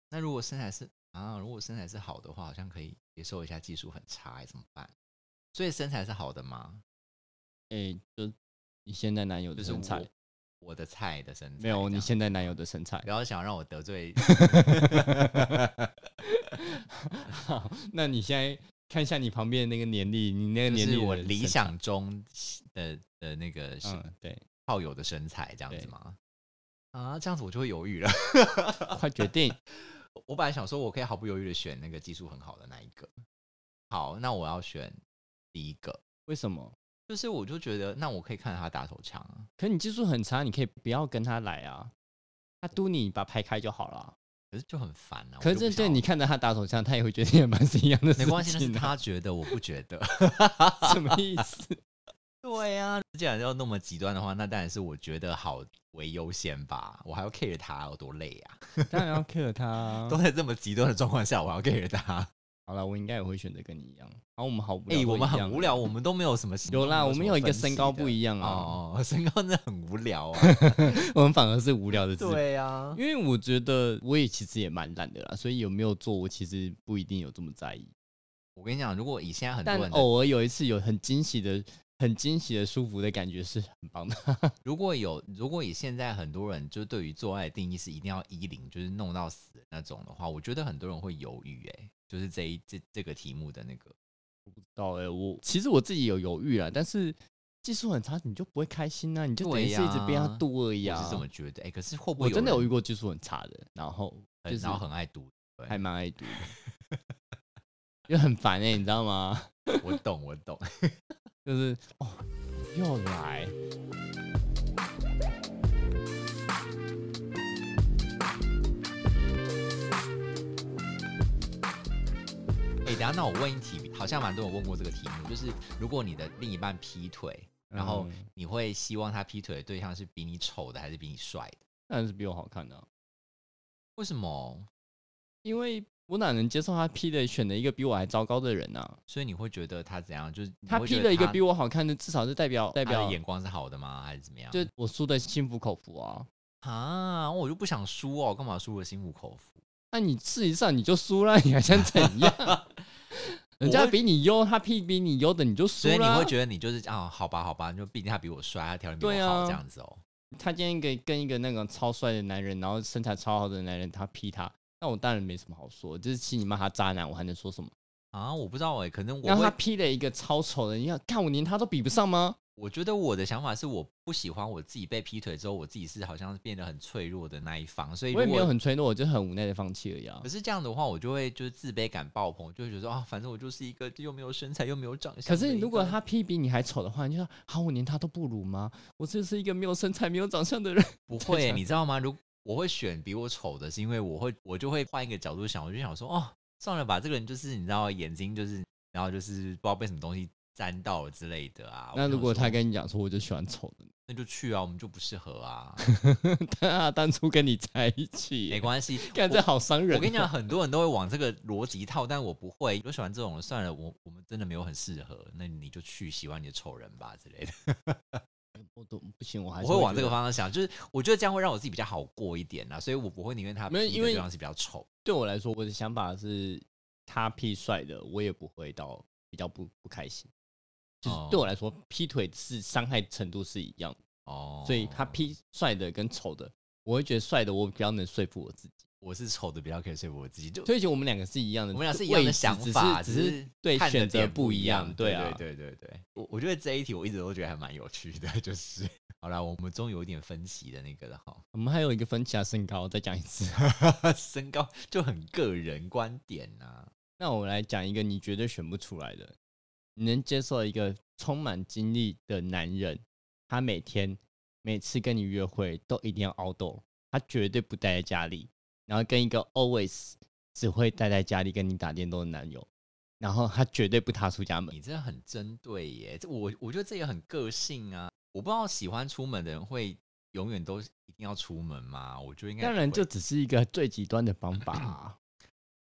Speaker 1: 那如果身材是啊，如果身材是好的话，好像可以接受一下技术很差、欸，怎么办？所以身材是好的吗？
Speaker 2: 诶、就你现在男友
Speaker 1: 就
Speaker 2: 的
Speaker 1: 是
Speaker 2: 身材，
Speaker 1: 我我的菜的身材
Speaker 2: 没有
Speaker 1: 这
Speaker 2: 你
Speaker 1: 样
Speaker 2: 现在男友的 身材
Speaker 1: 不。要想让我得罪
Speaker 2: 好，那你现在看一下你旁边的那个年龄，你那个
Speaker 1: 就
Speaker 2: 年
Speaker 1: 是
Speaker 2: 龄
Speaker 1: 我
Speaker 2: 的人
Speaker 1: 理
Speaker 2: 身
Speaker 1: 想中的的那个
Speaker 2: 材，嗯，对，
Speaker 1: 炮友的身材这样子
Speaker 2: 对
Speaker 1: 吗？啊，这样子我就会犹豫了。
Speaker 2: 快决定。
Speaker 1: 我本来想说，我可以毫不犹豫的选那个技术很好的那一个。好，那我要选第一个，
Speaker 2: 为什么？
Speaker 1: 就是我就觉得，那我可以看他打手枪啊。
Speaker 2: 可你技术很差，你可以不要跟他来啊，他嘟你，你把拍开就好了。啊
Speaker 1: 可是就很烦啊。
Speaker 2: 可
Speaker 1: 我就不
Speaker 2: 是
Speaker 1: 想
Speaker 2: 这
Speaker 1: 要
Speaker 2: 你看着他打手枪，他也会觉得也蛮是 一样 的事情、
Speaker 1: 没
Speaker 2: 啊。
Speaker 1: 关系，那是他觉得，我不觉 得。
Speaker 2: 什么意思？
Speaker 1: 对呀、既然要那么极端的话，那当然是我觉得好为优先吧。我还要 care 他有多累啊！
Speaker 2: 当然要克他、啊
Speaker 1: 都。在这么极端的状况下，我还要 care 他。
Speaker 2: 好了，我应该也会选择跟你一样。然后我们好无
Speaker 1: 哎、
Speaker 2: 聊，
Speaker 1: 我们
Speaker 2: 都一样
Speaker 1: 很无聊，。我们都没有什么。
Speaker 2: 有啦，我们有一个身高不
Speaker 1: 样
Speaker 2: 一样啊，
Speaker 1: 哦， 身高真的很无聊 啊。
Speaker 2: 我们反而是无聊的自。
Speaker 1: 对啊，
Speaker 2: 因为我觉得我也其实也蛮懒的啦，所以有没有做我其实不一定有这么在意。
Speaker 1: 我跟你讲，如果以现在很多
Speaker 2: 但哦
Speaker 1: 人的
Speaker 2: 偶尔有一次有很惊喜的很惊喜的舒服的感觉是很 棒的。
Speaker 1: 如果有，如果以现在很多人就是对于做爱的定义是一定要一零，就是弄到死的那种的话，我觉得很多人会犹豫、欸，哎，就是这一这这个题目的那个，
Speaker 2: 到哎、我其实我自己有犹豫了，但是技术很差，你就不会开心啊，你就等于
Speaker 1: 对
Speaker 2: 是一直被他
Speaker 1: 呀
Speaker 2: 嘟而已啊。
Speaker 1: 我是这么觉得，哎、可是会不会
Speaker 2: 我真的有
Speaker 1: 人
Speaker 2: 遇过技术很差的，然后
Speaker 1: 很
Speaker 2: 就是
Speaker 1: 然后很爱读？对
Speaker 2: 还蛮爱读的， 因为很烦哎、你知道吗？
Speaker 1: 我懂，我懂。 哎
Speaker 2: 就是哦，又来。
Speaker 1: 哎、等一下，那我问一题，好像蛮多人问过这个题目，就是如果你的另一半劈腿，然后
Speaker 2: 嗯
Speaker 1: 你会希望他劈腿的对象是比你丑的还是比你帅的？
Speaker 2: 当然是比我好看的啊、
Speaker 1: 为什么？
Speaker 2: 因为我哪能接受他劈的选了一个比我还糟糕的人啊？
Speaker 1: 所以你会觉得他怎样？就是你
Speaker 2: 他
Speaker 1: 会觉
Speaker 2: 劈
Speaker 1: 得
Speaker 2: 了一个
Speaker 1: 他
Speaker 2: 比我好看的，至少是代表代
Speaker 1: 他的
Speaker 2: 表
Speaker 1: 眼光是好的吗？还是怎么样？
Speaker 2: 就我输的心服口服啊。
Speaker 1: 啊，我就不想输哦，干嘛输的心服口服？
Speaker 2: 那你事实上你就输了，你还想怎样？
Speaker 1: 我
Speaker 2: 人家
Speaker 1: 会
Speaker 2: 比你优，他劈比你优的，你就输
Speaker 1: 所
Speaker 2: 了。
Speaker 1: 以你会觉得你就是啊，好吧，好吧，就毕竟他比我帅，他条件比
Speaker 2: 对
Speaker 1: 我好，
Speaker 2: 啊
Speaker 1: 这样子哦。
Speaker 2: 他今天给跟一个那个超帅的男人，然后身材超好的男人，他劈他，那我当然没什么好说，就是气你骂他渣男，我还能说什么？
Speaker 1: 啊，我不知道哎、可能我
Speaker 2: 然后
Speaker 1: 会
Speaker 2: 他，劈了一个超丑的，你要看我连他都比不上吗？
Speaker 1: 我觉得我的想法是，我不喜欢我自己被劈腿之后，我自己是好像变得很脆弱的那一方，所以
Speaker 2: 我也
Speaker 1: 如
Speaker 2: 没有
Speaker 1: 果
Speaker 2: 很脆弱，我就很无奈的放弃了呀
Speaker 1: 可。是这样的话，我就会就是自卑感爆棚，就会觉得说啊，反正我就是一个又没有身材又没有长相
Speaker 2: 可
Speaker 1: 的一个。
Speaker 2: 是如果他劈比你还丑的话，你就说好，我连他都不如吗？我就是一个没有身材、没有长相的人。
Speaker 1: 不会、
Speaker 2: 想
Speaker 1: 你知道吗？如我会选比我丑的，是因为我会我就会换一个角度想，我就想说，哦，算了吧，这个人就是你知道眼睛就是，然后就是不知道被什么东西沾到了之类的啊。
Speaker 2: 那
Speaker 1: 我就
Speaker 2: 如果
Speaker 1: 想
Speaker 2: 他
Speaker 1: 说
Speaker 2: 跟你讲说我就喜欢丑的，
Speaker 1: 那就去啊，我们就不适合啊，
Speaker 2: 他当初跟你在一起，。
Speaker 1: 没关系
Speaker 2: 看这
Speaker 1: 我
Speaker 2: 好伤人。
Speaker 1: 我跟你讲，，很多人都会往这个逻辑套，但我不会。我喜欢这种，算了，我我们真的没有很适合，那你就去喜欢你的丑人吧之类的。
Speaker 2: 我都不行，我还
Speaker 1: 我
Speaker 2: 是
Speaker 1: 会往这个
Speaker 2: 觉得
Speaker 1: 方向想，就是我觉得这样会让我自己比较好过一点啦，啊所以我不会宁愿他
Speaker 2: 没有
Speaker 1: 劈的
Speaker 2: 因为
Speaker 1: 对象是比较丑。
Speaker 2: 对我来说，我的想法是，他劈帅的，我也不会到比较不不开心。就是
Speaker 1: 哦
Speaker 2: 对我来说，劈腿是伤害程度是一样的，
Speaker 1: 哦，
Speaker 2: 所以他劈帅的跟丑的，我会觉得帅的我比较能说服我自己。
Speaker 1: 我是丑的比较可以说服我自己，就
Speaker 2: 所以其实我们两个是一样的，
Speaker 1: 我们俩是一样的
Speaker 2: 位置
Speaker 1: 想法，
Speaker 2: 只是只是对
Speaker 1: 看的
Speaker 2: 选择
Speaker 1: 点不
Speaker 2: 不一样。
Speaker 1: 对
Speaker 2: 啊，
Speaker 1: 对对对对，我我觉得这一题我一直都觉得还蛮有趣的，就是 好啦，我们终于有一点分歧的那个了
Speaker 2: 我们还有一个分歧啊，身高，再讲一次。
Speaker 1: 哈， 身高就很个人观点啊呐、
Speaker 2: 那我来讲一个你绝对选不出来的，你能接受一个充满精力的男人，他每天每次跟你约会都一定要 outdoor，他绝对不待在家里，然后跟一个 always 只会待在家里跟你打电动的男友，然后他绝对不踏出家门。
Speaker 1: 你这很针对耶，这我我觉得这也很个性啊。我不知道喜欢出门的人会永远都一定要出门吗？我觉得应该
Speaker 2: 当然，
Speaker 1: 不会
Speaker 2: 这只是一个最极端的方法、 啊。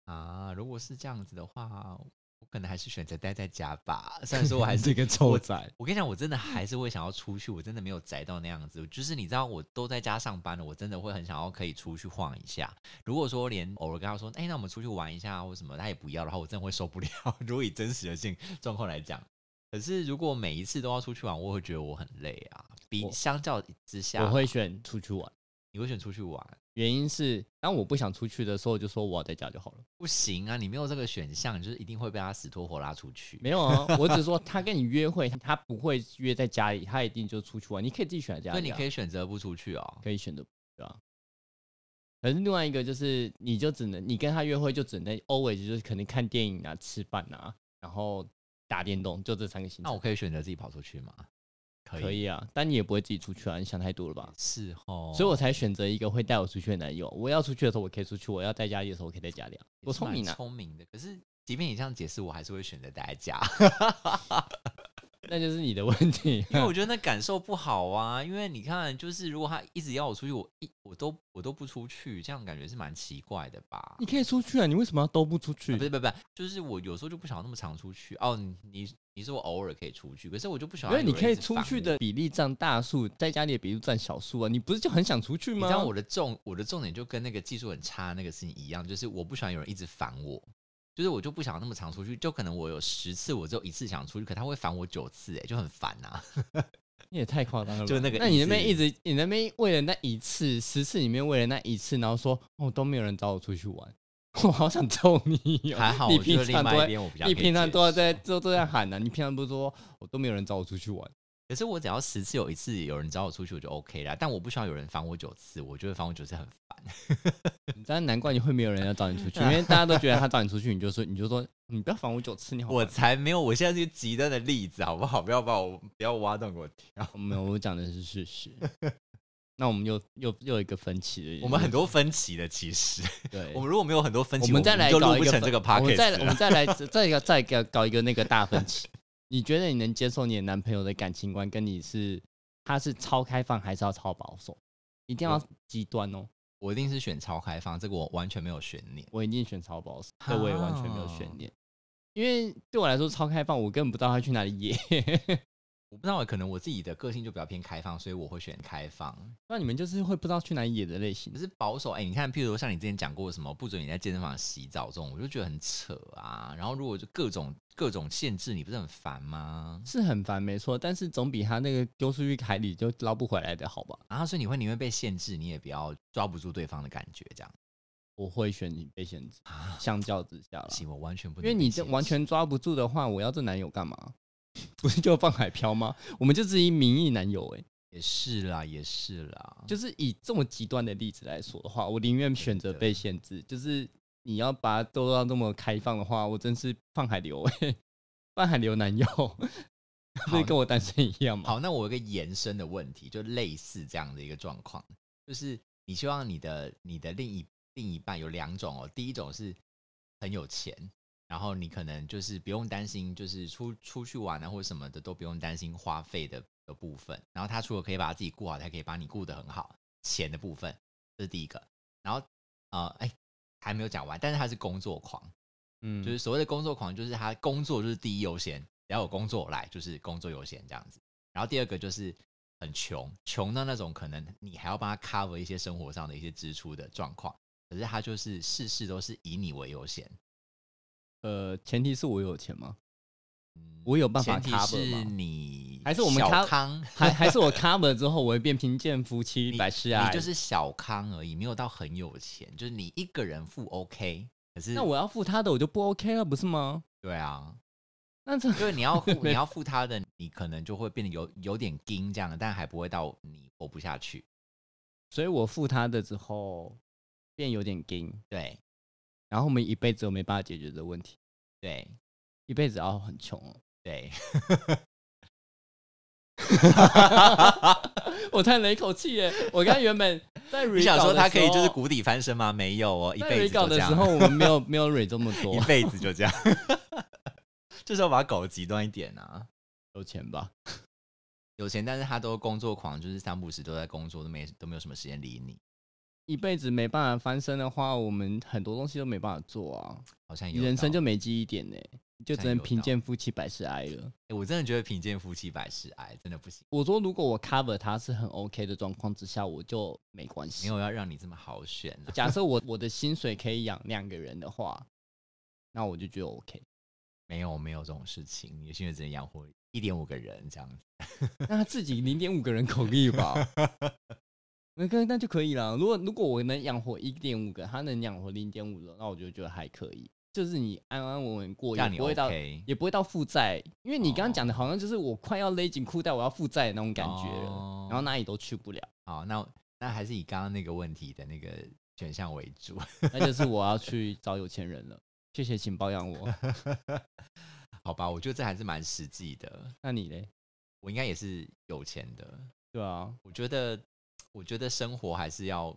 Speaker 1: 啊，如果是这样子的话，我可能还是选择待在家吧。虽然说 我还是
Speaker 2: 一个臭仔，
Speaker 1: 我跟你讲，我真
Speaker 2: 嗯
Speaker 1: 的还是会想要出去，我真的没有宅到那样子。就是你知道，我都在家上班了，我真的会很想要可以出去晃一下。如果说连偶尔跟他说，哎、那我们出去玩一下或什么，他也不要的话，我真的会受不了。如果以真实的性状况来讲，可是如果每一次都要出去玩，我会觉得我很累啊。比
Speaker 2: 我
Speaker 1: 相较之下，
Speaker 2: 我会选出去玩。
Speaker 1: 你会选出去玩？
Speaker 2: 原因是，当我不想出去的时候，我就说我要在家就好了。
Speaker 1: 不行啊，你没有这个选项，你就是一定会被他死拖活拉出去。
Speaker 2: 没有啊，我只是说他跟你约会，他不会约在家里，他一定就出去玩。你可以自己选择家
Speaker 1: 所以
Speaker 2: 里
Speaker 1: 你
Speaker 2: 啊、
Speaker 1: 可以选择不出去哦。
Speaker 2: 可以选择对啊。可是另外一个就是，你就只能你跟他约会就只能 always 就是可能看电影啊、吃饭啊，然后打电动，就这三个行
Speaker 1: 那
Speaker 2: 程
Speaker 1: 我。可以选择自己跑出去吗？可以，
Speaker 2: 可以啊，但你也不会自己出去啊，你想太多了吧？
Speaker 1: 是哦。
Speaker 2: 所以我才选择一个会带我出去的男友。我要出去的时候我可以出去，我要在家里的时候我可以在家里啊。
Speaker 1: 也
Speaker 2: 我
Speaker 1: 是
Speaker 2: 聪
Speaker 1: 蛮
Speaker 2: 明啊，
Speaker 1: 聪明的。可是，即便你这样解释，我还是会选择待在 家，
Speaker 2: 那就是你的问题。
Speaker 1: 因为我觉得那感受不好啊。因为你看，就是如果他一直要我出去，我一我都我都不出去，这样感觉是蛮奇怪的吧？
Speaker 2: 你可以出去啊，你为什么要都不出去
Speaker 1: 啊、不？是不是不是，就是我有时候就不想要那么常出去哦。你你你说我偶尔可以出去，可是我就不想
Speaker 2: 因
Speaker 1: 要。
Speaker 2: 为你可以出去，的比例占大数，在家里的比例占小数啊，你不是就很想出去
Speaker 1: 你
Speaker 2: 吗？
Speaker 1: 知道我的重我的重点就跟那个技术很差那个事情一样，就是我不喜欢有人一直烦我。就是我就不想那么常出去，就可能我有十次我只有一次想出去，可他会烦我九次、欸，哎，就很烦呐、
Speaker 2: 你也太夸张了吧，
Speaker 1: 就那个
Speaker 2: 那你
Speaker 1: 一
Speaker 2: 那边
Speaker 1: 次
Speaker 2: 一直，你那边为了那一次，十次里面为了那一次，然后说哦都没有人找我出去玩， 我好想揍你、哦。
Speaker 1: 还 好，
Speaker 2: 你
Speaker 1: 我觉
Speaker 2: 平
Speaker 1: 得另
Speaker 2: 常
Speaker 1: 外
Speaker 2: 都
Speaker 1: 一
Speaker 2: 在
Speaker 1: 边我比较
Speaker 2: 你
Speaker 1: 可以
Speaker 2: 平常
Speaker 1: 接
Speaker 2: 都要
Speaker 1: 受
Speaker 2: 在都都在喊呢、啊你平常不是说我都没有人找我出去玩，
Speaker 1: 可是我只要十次有一次有人找我出去，我就 OK 啦。但我不希望有人烦我九次，我觉得烦我九次很烦。
Speaker 2: 你知道难怪你会没有人要找你出去，因为大家都觉得他找你出去，你就说你就说你不要烦我九次，你好
Speaker 1: 我
Speaker 2: 烦。
Speaker 1: 才没有，我现在是个极端的例子，好不好？不要把我不要挖洞给我跳。
Speaker 2: 我没有，我讲的是事实。 那我们又又又有一个分歧了，
Speaker 1: 我们很多分歧的，其实
Speaker 2: 对，
Speaker 1: 我们如果没有很多分
Speaker 2: 我
Speaker 1: 歧，
Speaker 2: 们再来
Speaker 1: 就
Speaker 2: 搞
Speaker 1: 录
Speaker 2: 一
Speaker 1: 不
Speaker 2: 个
Speaker 1: 成
Speaker 2: 分，
Speaker 1: 这个 p o
Speaker 2: 我
Speaker 1: c a
Speaker 2: 们再
Speaker 1: s
Speaker 2: 来
Speaker 1: t
Speaker 2: 我们再来再一个再一个搞一个那个大分歧。你觉得你能接受你的男朋友的感情观跟你是他是超开放还是要超保守？一定要极端哦！
Speaker 1: 我一定是选超开放，这个我完全没有悬念。
Speaker 2: 我一定选超保守，这我也完全没有
Speaker 1: 啊
Speaker 2: 悬念，因为对我来说超开放，我根本不知道他去哪里野。
Speaker 1: 我不知道，可能我自己的个性就比较偏开放，所以我会选开放。
Speaker 2: 那你们就是会不知道去哪里野的类型
Speaker 1: 可。是保守，哎、你看，譬如说像你之前讲过什么不准你在健身房洗澡这种，我就觉得很扯啊。然后如果就各种各种限制，你不是很烦吗？
Speaker 2: 是很烦，没错，但是总比他那个丢出去海里就捞不回来的好吧？
Speaker 1: 啊，所以你会宁愿被限制，你也不要抓不住对方的感觉，这样
Speaker 2: 我会选你被限制，
Speaker 1: 啊？
Speaker 2: 相较之下啦
Speaker 1: 不，行，我完全不
Speaker 2: 因
Speaker 1: 能被限
Speaker 2: 为
Speaker 1: 制，
Speaker 2: 你这完全抓不住的话，我要这男友干嘛？ 不是就放海漂吗？我们就只以名义男友、欸，
Speaker 1: 也是啦，也是啦，
Speaker 2: 就是以这么极端的例子来说的话，我宁愿选
Speaker 1: 啊
Speaker 2: 择被限制。就是你要把它都要那么开放的话，我真是放海流、欸，放海流 男友，不
Speaker 1: 好
Speaker 2: 是跟我单身一样吗？
Speaker 1: 好。那我有一个延伸的问题，就类似这样的一个状况，就是你希望你的你的另一另一半有两种哦，第一种是很有钱。然后你可能就是不用担心，就是出出去玩啊或者什么的都不用担心花费的的部分。然后他除了可以把他自己顾好，他还可以把你顾得很好，钱的部分这是第一个。然后呃，哎，还没有讲完，但是他是工作狂，
Speaker 2: 嗯，
Speaker 1: 就是所谓的工作狂，就是他工作就是第一优先，只要有工作来就是工作优先这样子。然后第二个就是很穷，穷到那种可能你还要帮他 cover 一些生活上的一些支出的状况，可是他就是事事都是以你为优先。
Speaker 2: 呃，前提是我有钱吗？
Speaker 1: 嗯
Speaker 2: 我有办法
Speaker 1: 前提
Speaker 2: cover
Speaker 1: 是
Speaker 2: 吗？
Speaker 1: 你
Speaker 2: 还是我们
Speaker 1: 小
Speaker 2: cover-
Speaker 1: 康，
Speaker 2: 还还是我 cover 之后，我会变贫贱夫妻
Speaker 1: 你
Speaker 2: 百事哀。
Speaker 1: 你就是小康而已，没有到很有钱，就是你一个人付 OK。可是
Speaker 2: 那我要付他的，我就不 OK 了，不是吗？
Speaker 1: 对啊，
Speaker 2: 那这
Speaker 1: 就是你要 付你要付他的，你可能就会变得有有点硬这样的，但还不会到你活不下去。
Speaker 2: 所以我付他的之后变有点硬，
Speaker 1: 对
Speaker 2: 然后我们一辈子都没办法解决这个问题，
Speaker 1: 对
Speaker 2: 一辈子要很穷哦。
Speaker 1: 对，
Speaker 2: 我叹了一口气耶！我刚原 本在
Speaker 1: 你
Speaker 2: re
Speaker 1: 想
Speaker 2: 稿
Speaker 1: 说
Speaker 2: 的
Speaker 1: 他可以
Speaker 2: 时
Speaker 1: 就是
Speaker 2: 候
Speaker 1: 谷底翻身吗？没有哦，一
Speaker 2: 在
Speaker 1: 辈
Speaker 2: re
Speaker 1: 子
Speaker 2: 稿
Speaker 1: 就这
Speaker 2: 的时
Speaker 1: 样，
Speaker 2: 候，我们没有没有 re 这么
Speaker 1: 一
Speaker 2: 多，
Speaker 1: 辈子就这样。 就是要把它搞得极端一点啊，
Speaker 2: 有钱吧？
Speaker 1: 有钱但是他都工作狂，就是三不五时都在工作，都没都没有什么时间理你，
Speaker 2: 一辈子没办法翻身的话，我们很多东西都没办法做啊，
Speaker 1: 好像
Speaker 2: 你
Speaker 1: 哎有
Speaker 2: 人生
Speaker 1: 道
Speaker 2: 就
Speaker 1: 理、
Speaker 2: 没记忆点呢，就
Speaker 1: 好像
Speaker 2: 只能
Speaker 1: 有
Speaker 2: 贫
Speaker 1: 道
Speaker 2: 贱夫妻百事哀了。
Speaker 1: 欸我真的觉得贫贱夫妻百事哀，真的不行。
Speaker 2: 我说，如果我 cover 他是很 OK 的状况之下，我就没关
Speaker 1: 没
Speaker 2: 系。
Speaker 1: 有要让你这么好选、啊，
Speaker 2: 假设我 我的薪水可以养两个人的话，那我就觉得 OK。
Speaker 1: 没有没有这种事情，你的薪水只能养活一点五个人这样子。
Speaker 2: 那他自己零点五个人口 力吧，那个那就可以了。如果如果我能养活一点五个，他能养活零点五个，那我就觉得还可以。就是你安安稳稳过，也
Speaker 1: 让你
Speaker 2: 不会到
Speaker 1: OK
Speaker 2: 也不会到负债，因为你
Speaker 1: 哦
Speaker 2: 刚刚讲的好像就是我快要勒紧裤带，我要负债的那种感觉了，
Speaker 1: 哦
Speaker 2: 然后哪里都去不了，
Speaker 1: 好，那那还是以刚刚那个问题的那个选项为主。
Speaker 2: 那就是我要去找有钱人了。谢谢，请包 养我。
Speaker 1: 好吧，我觉得这还是蛮实际的。
Speaker 2: 那你嘞？
Speaker 1: 我应该也是有钱的，
Speaker 2: 对啊，
Speaker 1: 我觉得，我觉得生活还是要，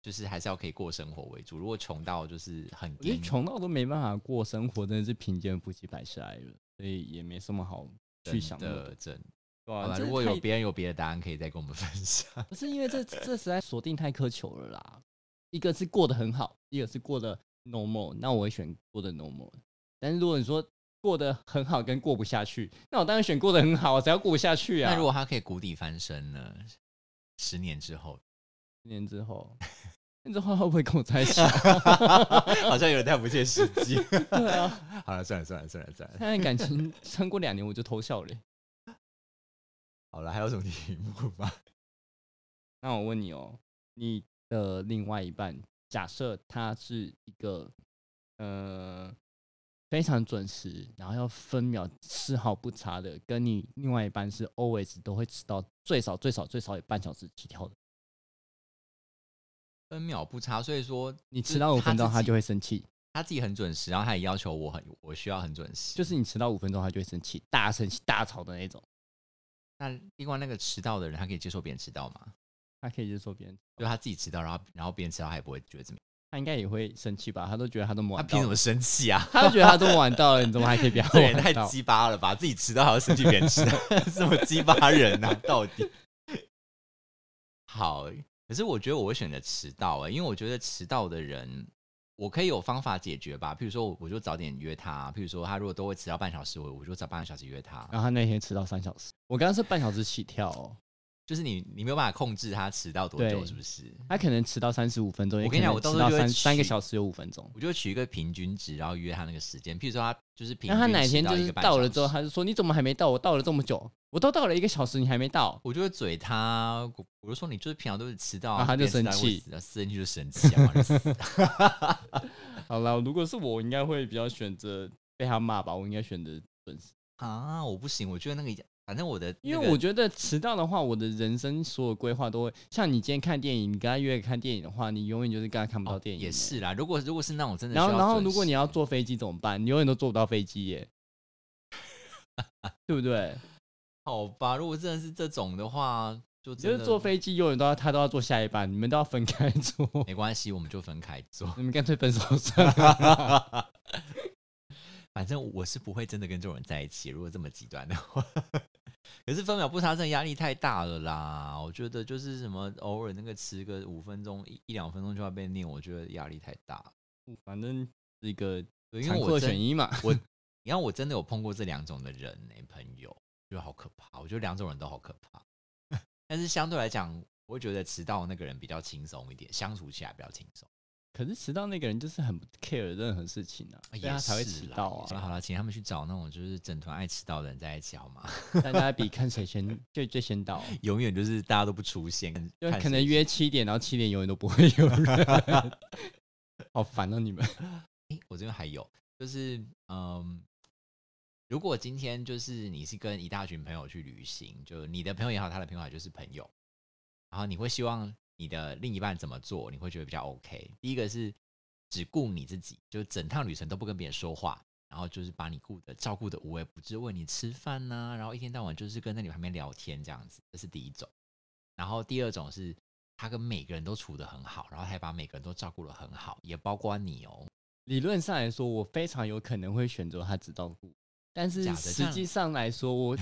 Speaker 1: 就是还是要可以过生活为主。如果穷到就是很
Speaker 2: 我觉得
Speaker 1: 硬
Speaker 2: 穷到都没办法过生活，真的是贫贱夫妻百事哀了，所以也没什么好去想
Speaker 1: 真的真的。
Speaker 2: 对
Speaker 1: 好
Speaker 2: 啊，
Speaker 1: 吧，
Speaker 2: 真的
Speaker 1: 如果有
Speaker 2: 太
Speaker 1: 别人有别的答案，可以再跟我们分享。
Speaker 2: 不是因 为这这实在锁定太苛求了啦。一个是过得很好，一个是过得 normal，那我会选过得 normal。但是如果你说过得很好跟过不下去，那我当然选过得很好，谁要过不下去啊？
Speaker 1: 那如果他可以谷底翻身呢？十年之后，
Speaker 2: 十年之后，那这话会不会跟 我在一起啊？
Speaker 1: 好像有点太不切实际。
Speaker 2: 对啊，
Speaker 1: 好了，算了算了算了算了，
Speaker 2: 现在感情 撑过两年我就偷笑了欸。
Speaker 1: 好了，还有什么题目吗？
Speaker 2: 那我问你哦，你的另外一半，假设他是一个呃非常准时，然后要分秒丝毫不差的，跟你另外一半是 always 都会迟到最少最少最少有半小时起跳的，
Speaker 1: 分秒不差，所以说
Speaker 2: 你迟到五分钟
Speaker 1: 他
Speaker 2: 他
Speaker 1: 自己
Speaker 2: 就会生气，
Speaker 1: 他自己很准时，然后他也要求我很，我需要很准时。
Speaker 2: 就是你迟到五分钟他就会生气，大生气大吵的那种。
Speaker 1: 那另外那个迟到的人，他可以接受别人迟到吗？
Speaker 2: 他可以接受别人，
Speaker 1: 就他自己迟到，然后然后别人迟到，他也不会觉得怎么
Speaker 2: 他应该也会生气吧？他都觉得他都
Speaker 1: 样。他
Speaker 2: 晚到
Speaker 1: 凭什
Speaker 2: 了，
Speaker 1: 么生气 啊？
Speaker 2: 他都觉得他都晚到了，你怎么还可以 不要
Speaker 1: 这人
Speaker 2: 晚
Speaker 1: 太
Speaker 2: 到？
Speaker 1: 鸡巴了吧！自己迟到还要生气别人迟到， 什么鸡巴人呐、啊？到底？好，可是我觉得我会选择迟到哎、因为我觉得迟到的人，我可以有方法解决吧。譬如说，我我就早点约他；啊譬如说，他如果都会迟到半小时，我我就早半个小时约他。啊
Speaker 2: 然后他那天迟到三小时，我刚刚是半小时起跳哦。
Speaker 1: 就是你你没有办法控制他迟到多久，
Speaker 2: 对
Speaker 1: 是不是？
Speaker 2: 他可能迟到三十五分钟，
Speaker 1: 我
Speaker 2: 也
Speaker 1: 跟你讲我
Speaker 2: 可能
Speaker 1: 到时
Speaker 2: 迟
Speaker 1: 候
Speaker 2: 到
Speaker 1: 就会
Speaker 2: 三三个
Speaker 1: 取
Speaker 2: 小时有五分钟。
Speaker 1: 我就取一个平均值，然后约他那个时间。譬如说，他就是平均
Speaker 2: 那他哪
Speaker 1: 迟
Speaker 2: 天
Speaker 1: 到
Speaker 2: 就
Speaker 1: 一
Speaker 2: 是
Speaker 1: 个半
Speaker 2: 到
Speaker 1: 小
Speaker 2: 了之后，
Speaker 1: 时
Speaker 2: 他就说：“你怎么还没到？我到了这么久，我都到了一个小时，你还没到。
Speaker 1: 我就会嘴他，我我就说你就是平常都是迟到，
Speaker 2: 啊他就
Speaker 1: 别人迟到
Speaker 2: 生
Speaker 1: 会
Speaker 2: 气
Speaker 1: 死啊生气就生气啊，妈的死”
Speaker 2: 好了，如果是我，应该会比较选择被他骂吧，我应该选择准时，
Speaker 1: 啊！我不行，我觉得那个反正我的那个、
Speaker 2: 因为我觉得迟到的话，我的人生所有规划都会像你今天看电影，你跟他约看电影的话，你永远就是跟他看不到
Speaker 1: 哦
Speaker 2: 电影、欸
Speaker 1: 也。是啦。如果如果是那种真的需
Speaker 2: 然
Speaker 1: 要
Speaker 2: 后，
Speaker 1: 准时，
Speaker 2: 然后如果你要坐飞机怎么办？你永远都坐不到飞机耶，对不对？
Speaker 1: 好吧，如果真的是这种的话，就
Speaker 2: 就
Speaker 1: 真
Speaker 2: 是
Speaker 1: 的
Speaker 2: 坐飞机永远都要他都要坐下一班，你们都要分开坐。
Speaker 1: 没关系，我们就分开做。
Speaker 2: 你们干脆分手算 了。
Speaker 1: 反正我是不会真的跟这种人在一起，如果这么极端的话。 可是分秒不差，真的压力太大了啦！我觉得就是什么偶尔那个迟个五分钟、一一两分钟就要被念，我觉得压力太大了。
Speaker 2: 反正是一个
Speaker 1: 对，因为
Speaker 2: 残
Speaker 1: 我
Speaker 2: 酷的
Speaker 1: 真
Speaker 2: 选一嘛。
Speaker 1: 你看，我真的有碰过这两种的人呢、朋友，就好可怕。我觉得两种人都好可怕， 但是相对来讲，我会觉得迟到那个人比较轻松一点，相处起来比较轻松。
Speaker 2: 可是迟到那个人就是很不 care 任何事情啊，所以
Speaker 1: 也
Speaker 2: 他才会
Speaker 1: 哎是
Speaker 2: 迟
Speaker 1: 啦
Speaker 2: 到
Speaker 1: 也是
Speaker 2: 啊。
Speaker 1: 好了，请他们去找那种就是整团爱迟到的人在一起好吗？
Speaker 2: 大家比看谁先最最先到，
Speaker 1: 永远就是大家都不出现，
Speaker 2: 就
Speaker 1: 看
Speaker 2: 可能
Speaker 1: 谁
Speaker 2: 约七点，然后七点永远都不会有人。 好烦哦，你们。
Speaker 1: 诶我这边还有，就是嗯，如果今天就是你是跟一大群朋友去旅行，就你的朋友也好，他的朋友也好就是朋友，然后你会希望你的另一半怎么做，你会觉得比较 OK。第一个是只顾你自己，就整趟旅程都不跟别人说话，然后就是把你顾的照顾的无微不至，喂你吃饭呐、然后一天到晚就是跟在你旁边聊天这样子，这是第一种。然后第二种是他跟每个人都处得很好，然后他也把每个人都照顾得很好，也包括你哦。
Speaker 2: 理论上来说，我非常有可能会选择他只照顾，但是
Speaker 1: 假的这
Speaker 2: 实
Speaker 1: 样
Speaker 2: 际上来说，我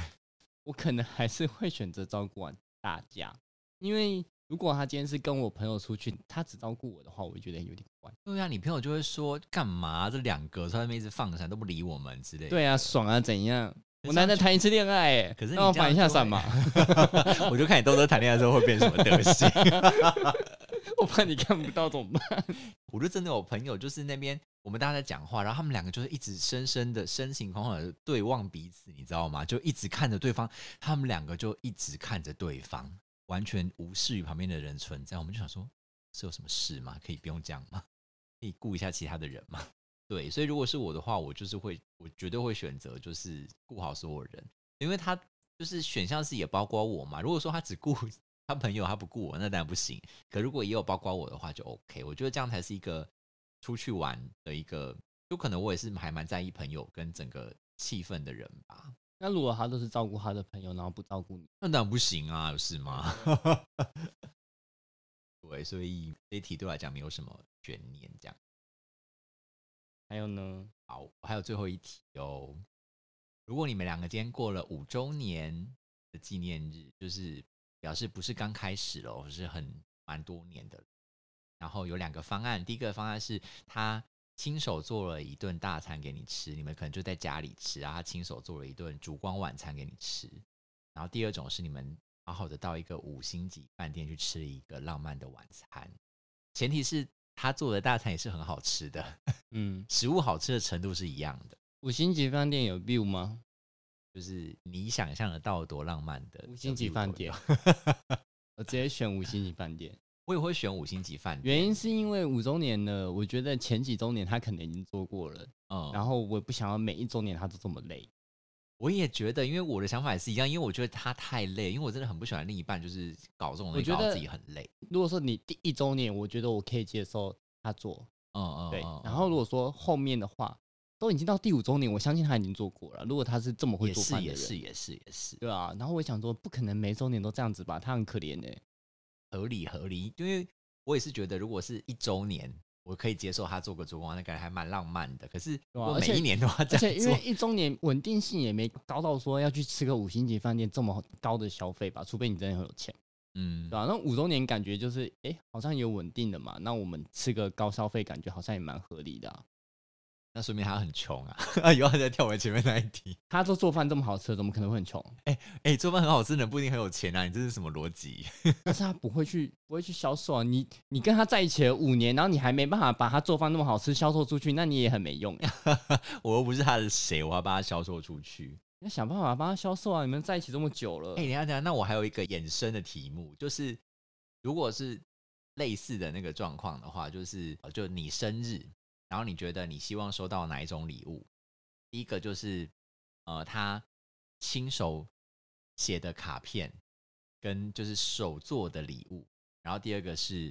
Speaker 2: 我可能还是会选择照顾完大家，因为如果他今天是跟我朋友出去，他只照顾我的话，我会觉得有点怪。
Speaker 1: 对啊，你朋友就会说干嘛？啊这两个在那边一直放闪都不理我们之类的。
Speaker 2: 对啊，爽啊，怎样？
Speaker 1: 可是
Speaker 2: 我
Speaker 1: 这样
Speaker 2: 难得谈一次恋爱、欸，
Speaker 1: 可是你
Speaker 2: 让我
Speaker 1: 这样
Speaker 2: 反一下
Speaker 1: 就
Speaker 2: 伞
Speaker 1: 会
Speaker 2: 嘛，
Speaker 1: 我就看你豆豆谈恋爱之后会变什么德行。
Speaker 2: 我怕你看不到怎么办？
Speaker 1: 我就真的有朋友，就是那边我们大家在讲话，然后他们两个就是一直深深的、深情款款的对望彼此，你知道吗？就一直看着对方，他们两个就一直看着对方，完全无视于旁边的人存在。我们就想说，是有什么事吗？可以不用这样吗？可以顾一下其他的人吗？对，所以如果是我的话，我就是会，我绝对会选择就是顾好所有人，因为他就是选项是也包括我嘛。如果说他只顾 他朋友，他不顾我，那当然不行。可如果也有包括我的话，就 OK。我觉得这样才是一个出去玩的一个，就可能我也是还蛮在意朋友跟整个气氛的人吧。
Speaker 2: 那如果他都是照顾他的朋友，然后不照顾你，
Speaker 1: 那当然不行啊，有事吗？ 对，所以这一题对我来讲没有什么悬念。这样
Speaker 2: 还有呢？
Speaker 1: 好，还有最后一题哦。如果你们两个今天过了五周年的纪念日，就是表示不是刚开始了，哦是很蛮多年的了。然后有两个方案，第一个方案是他亲手做了一顿大餐给你吃，你们可能就在家里吃啊，他亲手做了一顿烛光晚餐给你吃。然后第二种是你们好好的到一个五星级饭店去吃一个浪漫的晚餐，前提是他做的大餐也是很好吃的，
Speaker 2: 嗯，
Speaker 1: 食物好吃的程度是一样的，
Speaker 2: 五星级饭店有 view 吗？
Speaker 1: 就是你想象得到多浪漫的
Speaker 2: 五星级
Speaker 1: W
Speaker 2: 饭
Speaker 1: 都有
Speaker 2: 店， 我直接选五星级饭 店。
Speaker 1: 我也会选五星级饭店。
Speaker 2: 原因是因为五周年了，我觉得前几周年他可能已经做过了，
Speaker 1: 嗯，
Speaker 2: 然后我也不想要每一周年他都这么累。
Speaker 1: 我也觉得，因为我的想法也是一样，因为我觉得他太累，因为我真的很不喜欢另一半就是搞这种东西，
Speaker 2: 我觉
Speaker 1: 搞
Speaker 2: 得
Speaker 1: 到自己很累。
Speaker 2: 如果说你第一周年，我觉得我可以接受他做，
Speaker 1: 嗯嗯，
Speaker 2: 对
Speaker 1: 嗯。
Speaker 2: 然后如果说后面的话，都已经到第五周年，我相信他已经做过了。如果他是这么会
Speaker 1: 也
Speaker 2: 做
Speaker 1: 是
Speaker 2: 饭的
Speaker 1: 也
Speaker 2: 人，
Speaker 1: 是也是也是
Speaker 2: 对啊。然后我想说，不可能每周年都这样子吧，他很可怜 呢、
Speaker 1: 合理合理，因为我也是觉得，如果是一周年，我可以接受他做个烛光，那感觉还蛮浪漫的。可是如
Speaker 2: 啊
Speaker 1: 果
Speaker 2: 而
Speaker 1: 每
Speaker 2: 且
Speaker 1: 一年都要
Speaker 2: 而
Speaker 1: 这
Speaker 2: 且
Speaker 1: 样
Speaker 2: 因
Speaker 1: 做
Speaker 2: 为，一周年稳定性也没高到说要去吃个五星级饭店这么高的消费吧，除非你真的很有钱。
Speaker 1: 嗯
Speaker 2: 对，啊，那五周年感觉就是，哎、好像有稳定的嘛，那我们吃个高消费，感觉好像也蛮合理的、啊。
Speaker 1: 那说明他很穷啊。 以后再跳回前面那一题。
Speaker 2: 他都做饭这么好吃，怎么可能会很穷？
Speaker 1: 哎、做饭很好吃的人不一定很有钱啊，你这是什么逻辑？
Speaker 2: 但是他不会去，不会去销售啊。你你跟他在一起了五年，然后你还没办法把他做饭那么好吃销售出去，那你也很没用、欸。
Speaker 1: 我又不是他的谁，我要把他销售出去。
Speaker 2: 你要想办法帮他销售啊！你们在一起这么久了，
Speaker 1: 哎、等一下等一下，那我还有一个衍生的题目，就是如果是类似的那个状况的话，就是呃就你生日，然后你觉得你希望收到哪一种礼物？第一个就是呃，他亲手写的卡片，跟就是手做的礼物，然后第二个是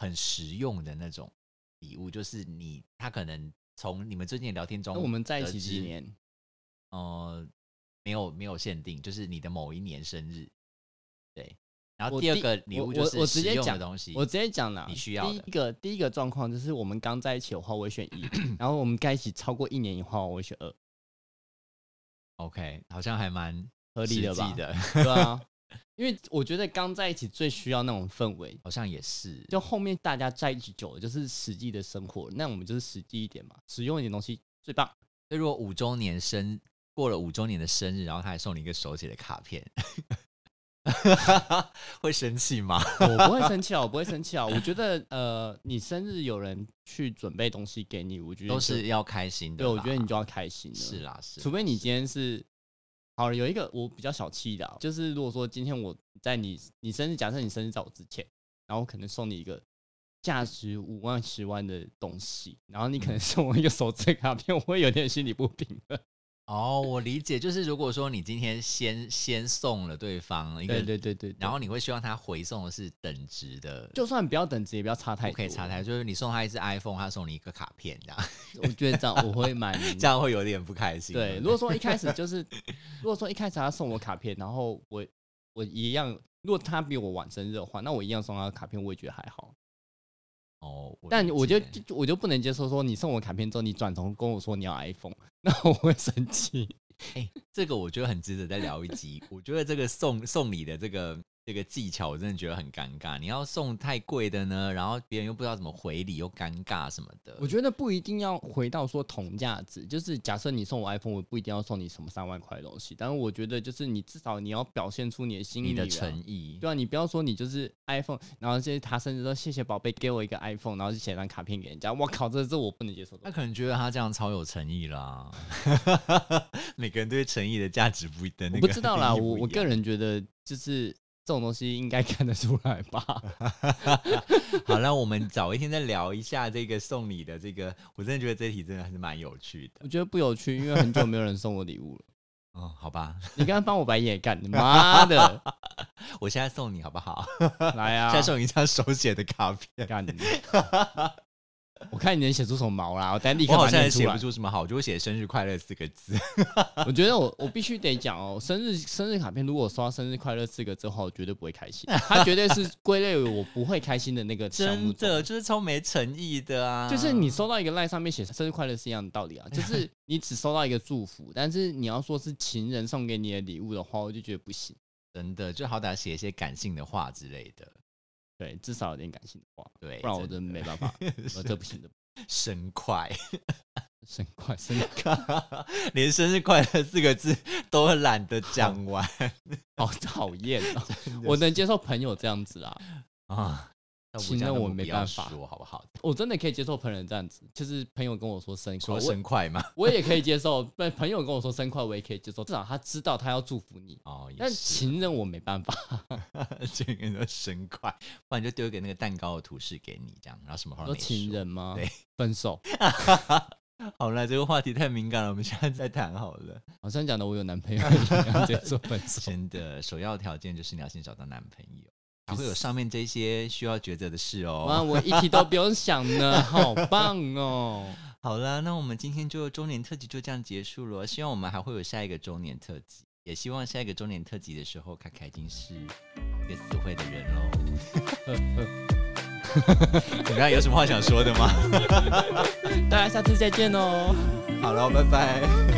Speaker 1: 很实用的那种礼物，就是你他可能从你们最近的聊天中，
Speaker 2: 那我们在一起
Speaker 1: 几
Speaker 2: 几
Speaker 1: 年？
Speaker 2: 年？
Speaker 1: 呃，没有没有限定，就是你的某一年生日，对。然后
Speaker 2: 我
Speaker 1: 第二
Speaker 2: 第
Speaker 1: 个礼
Speaker 2: 我
Speaker 1: 物就
Speaker 2: 我
Speaker 1: 是
Speaker 2: 我直
Speaker 1: 实
Speaker 2: 接
Speaker 1: 用的
Speaker 2: 讲
Speaker 1: 东西，
Speaker 2: 我直接讲啦，
Speaker 1: 你需要
Speaker 2: 第
Speaker 1: 的
Speaker 2: 一个第一个状况就是我们刚在一起的话，我会选 一；然后我们在一起超过一年以后，我会选二，
Speaker 1: OK，好像还蛮
Speaker 2: 合理
Speaker 1: 实
Speaker 2: 的吧？
Speaker 1: 际的，
Speaker 2: 对啊，因为我觉得刚在一起最需要那种氛围。
Speaker 1: 好像也是。
Speaker 2: 就后面大家在一起久了，就是实际的生活，那我们就是实际一点嘛，实用一点东西最棒。
Speaker 1: 就如果五周年生过了五周年的生日，然后他还送你一个手写的卡片， 会生气吗？
Speaker 2: 我不会生气啊，我不会生气啊。我觉得呃，你生日有人去准备东西给你，我觉得
Speaker 1: 都
Speaker 2: 就是
Speaker 1: 要开心的
Speaker 2: 对，
Speaker 1: 啦。
Speaker 2: 我觉得你就要开心了。
Speaker 1: 是啦，是啦
Speaker 2: 除非你今天是好了，有一个我比较小气的啊、就是如果说今天我在你你生日，假设你生日在我之前，然后我可能送你一个价值五万十万的东西，然后你
Speaker 1: 嗯
Speaker 2: 可能送我一个手指卡片，我 会有点心理不平衡。
Speaker 1: 哦，我理解，就是如果说你今天先先送了对方一个，
Speaker 2: 对对对对，
Speaker 1: 然
Speaker 2: 后
Speaker 1: 后你会希望他回送的是等值的，
Speaker 2: 就算不要等值，也不要差太
Speaker 1: 不
Speaker 2: 多，
Speaker 1: 可以差太多，就是你送他一只 iPhone，他送你一个卡片，这样
Speaker 2: 我觉得这样我会蛮
Speaker 1: 这样会有点不开心。
Speaker 2: 嗯对，如果说一开 始就是，如果说一开始他送我卡片，然后我我一样，如果他比我晚生日的话，那我一样送他卡片，我也觉得还好。
Speaker 1: 哦，
Speaker 2: 但
Speaker 1: 理
Speaker 2: 我就
Speaker 1: 解
Speaker 2: 就就我就不能接受说你送我卡片之后，你转头跟我说你要 iPhone，那我会生气。
Speaker 1: 这个我觉得很值得再聊一集。我觉得这个送送礼的这个这个技巧，我真的觉得很尴尬。你要送太贵的呢，然后别人又不知道怎么回礼，又尴尬什么的。
Speaker 2: 我觉得不一定要回到说同价值，就是假设你送我 iPhone，我不一定要送你什么三万块的东西，但是我觉得就是你至少你要表现出你的心意、
Speaker 1: 你的诚意，
Speaker 2: 对啊，你不要说你就是 iPhone，然后这他甚至说谢谢宝贝给我一个 iPhone，然后就写张卡片给人家，我靠，这这我不能接受
Speaker 1: 他
Speaker 2: 的。
Speaker 1: 可能觉得他这样超有诚意啦。 每个人对诚意的价值不一的那
Speaker 2: 我
Speaker 1: 个
Speaker 2: 不知 道啦，
Speaker 1: 定义不
Speaker 2: 我
Speaker 1: 一
Speaker 2: 我个
Speaker 1: 样
Speaker 2: 人觉得就是这种东西应该 看得出来吧。
Speaker 1: 好，那我们早一天再聊一下这个送礼的这个，我真的觉得这题真的还是蛮有趣的。
Speaker 2: 我觉得不有趣，因为很久没有人送我礼物了。
Speaker 1: 嗯，好吧，
Speaker 2: 你刚刚帮我白眼干，你妈的，
Speaker 1: 我现在送你好不好？
Speaker 2: 来啊
Speaker 1: 现在，送你一张手写的卡片。
Speaker 2: 干！ 我看你能写出什么毛啦，我等下立 刻
Speaker 1: 我好
Speaker 2: 把它
Speaker 1: 像也
Speaker 2: 念出
Speaker 1: 写
Speaker 2: 来
Speaker 1: 不。出什么好，我就会写“生日快乐”四个字。
Speaker 2: 我觉得我我必须得讲哦，生日生日卡片，如果我收到“生日快乐”四个字后，我绝对不会开心。它绝对是归类为我不会开心的那个项目
Speaker 1: 真
Speaker 2: 中。
Speaker 1: 的就是超没诚意的啊！
Speaker 2: 就是你收到一个赖上面写生日快乐是一样的 道理啊，就是你只收到一个祝福，但是你要说是情人送给你的礼物的话，我就觉得不行。
Speaker 1: 真的就好歹写一些感性的话之类的，
Speaker 2: 对，至少有点感性的话，
Speaker 1: 对，
Speaker 2: 不然我
Speaker 1: 哎真
Speaker 2: 真没 办法，我这不行的。
Speaker 1: 的生快，
Speaker 2: 生日快生日
Speaker 1: 连“生日快乐”四个字都懒得讲完
Speaker 2: 哦好讨厌啊！我能接受朋友这样子啦，
Speaker 1: 啊！要不
Speaker 2: 信
Speaker 1: 这样
Speaker 2: 任
Speaker 1: 那
Speaker 2: 我
Speaker 1: 不
Speaker 2: 没
Speaker 1: 要
Speaker 2: 办法
Speaker 1: 说好不好？
Speaker 2: 我真的可以接受朋友这样子，就是朋友跟我说生日快
Speaker 1: 说
Speaker 2: 乐，
Speaker 1: 生快嘛，
Speaker 2: 我我也可以接受。不，朋友跟我说生日快乐，我也可以接受，至少他知道他要祝福你。
Speaker 1: 哦，也
Speaker 2: 但
Speaker 1: 是
Speaker 2: 情人我没办法，
Speaker 1: 这个人叫生快，不然就丢一个那个蛋糕的图示给你，这样，然后什么话都啊
Speaker 2: 说
Speaker 1: 没
Speaker 2: 情
Speaker 1: 说。
Speaker 2: 人吗
Speaker 1: 对？
Speaker 2: 分手，
Speaker 1: 好了，这个话题太敏感了，我们现在再谈好了。
Speaker 2: 好像讲的我有男朋友一样，直接说分手。
Speaker 1: 真的，首要条件就是你要先找到男朋友，才会有上面这些需要抉择的事
Speaker 2: 哇，
Speaker 1: 哦。
Speaker 2: 我一题都不用想呢，好棒哦！
Speaker 1: 好啦，那我们今天就周年特辑就这样结束了，希望我们还会有下一个周年特辑，也希望下一个周年特辑的时候，凯凯已经是一个词汇的人 喽。怎么样？有什么话想说的吗？
Speaker 2: 大家下次再见哦。
Speaker 1: 好了，拜拜。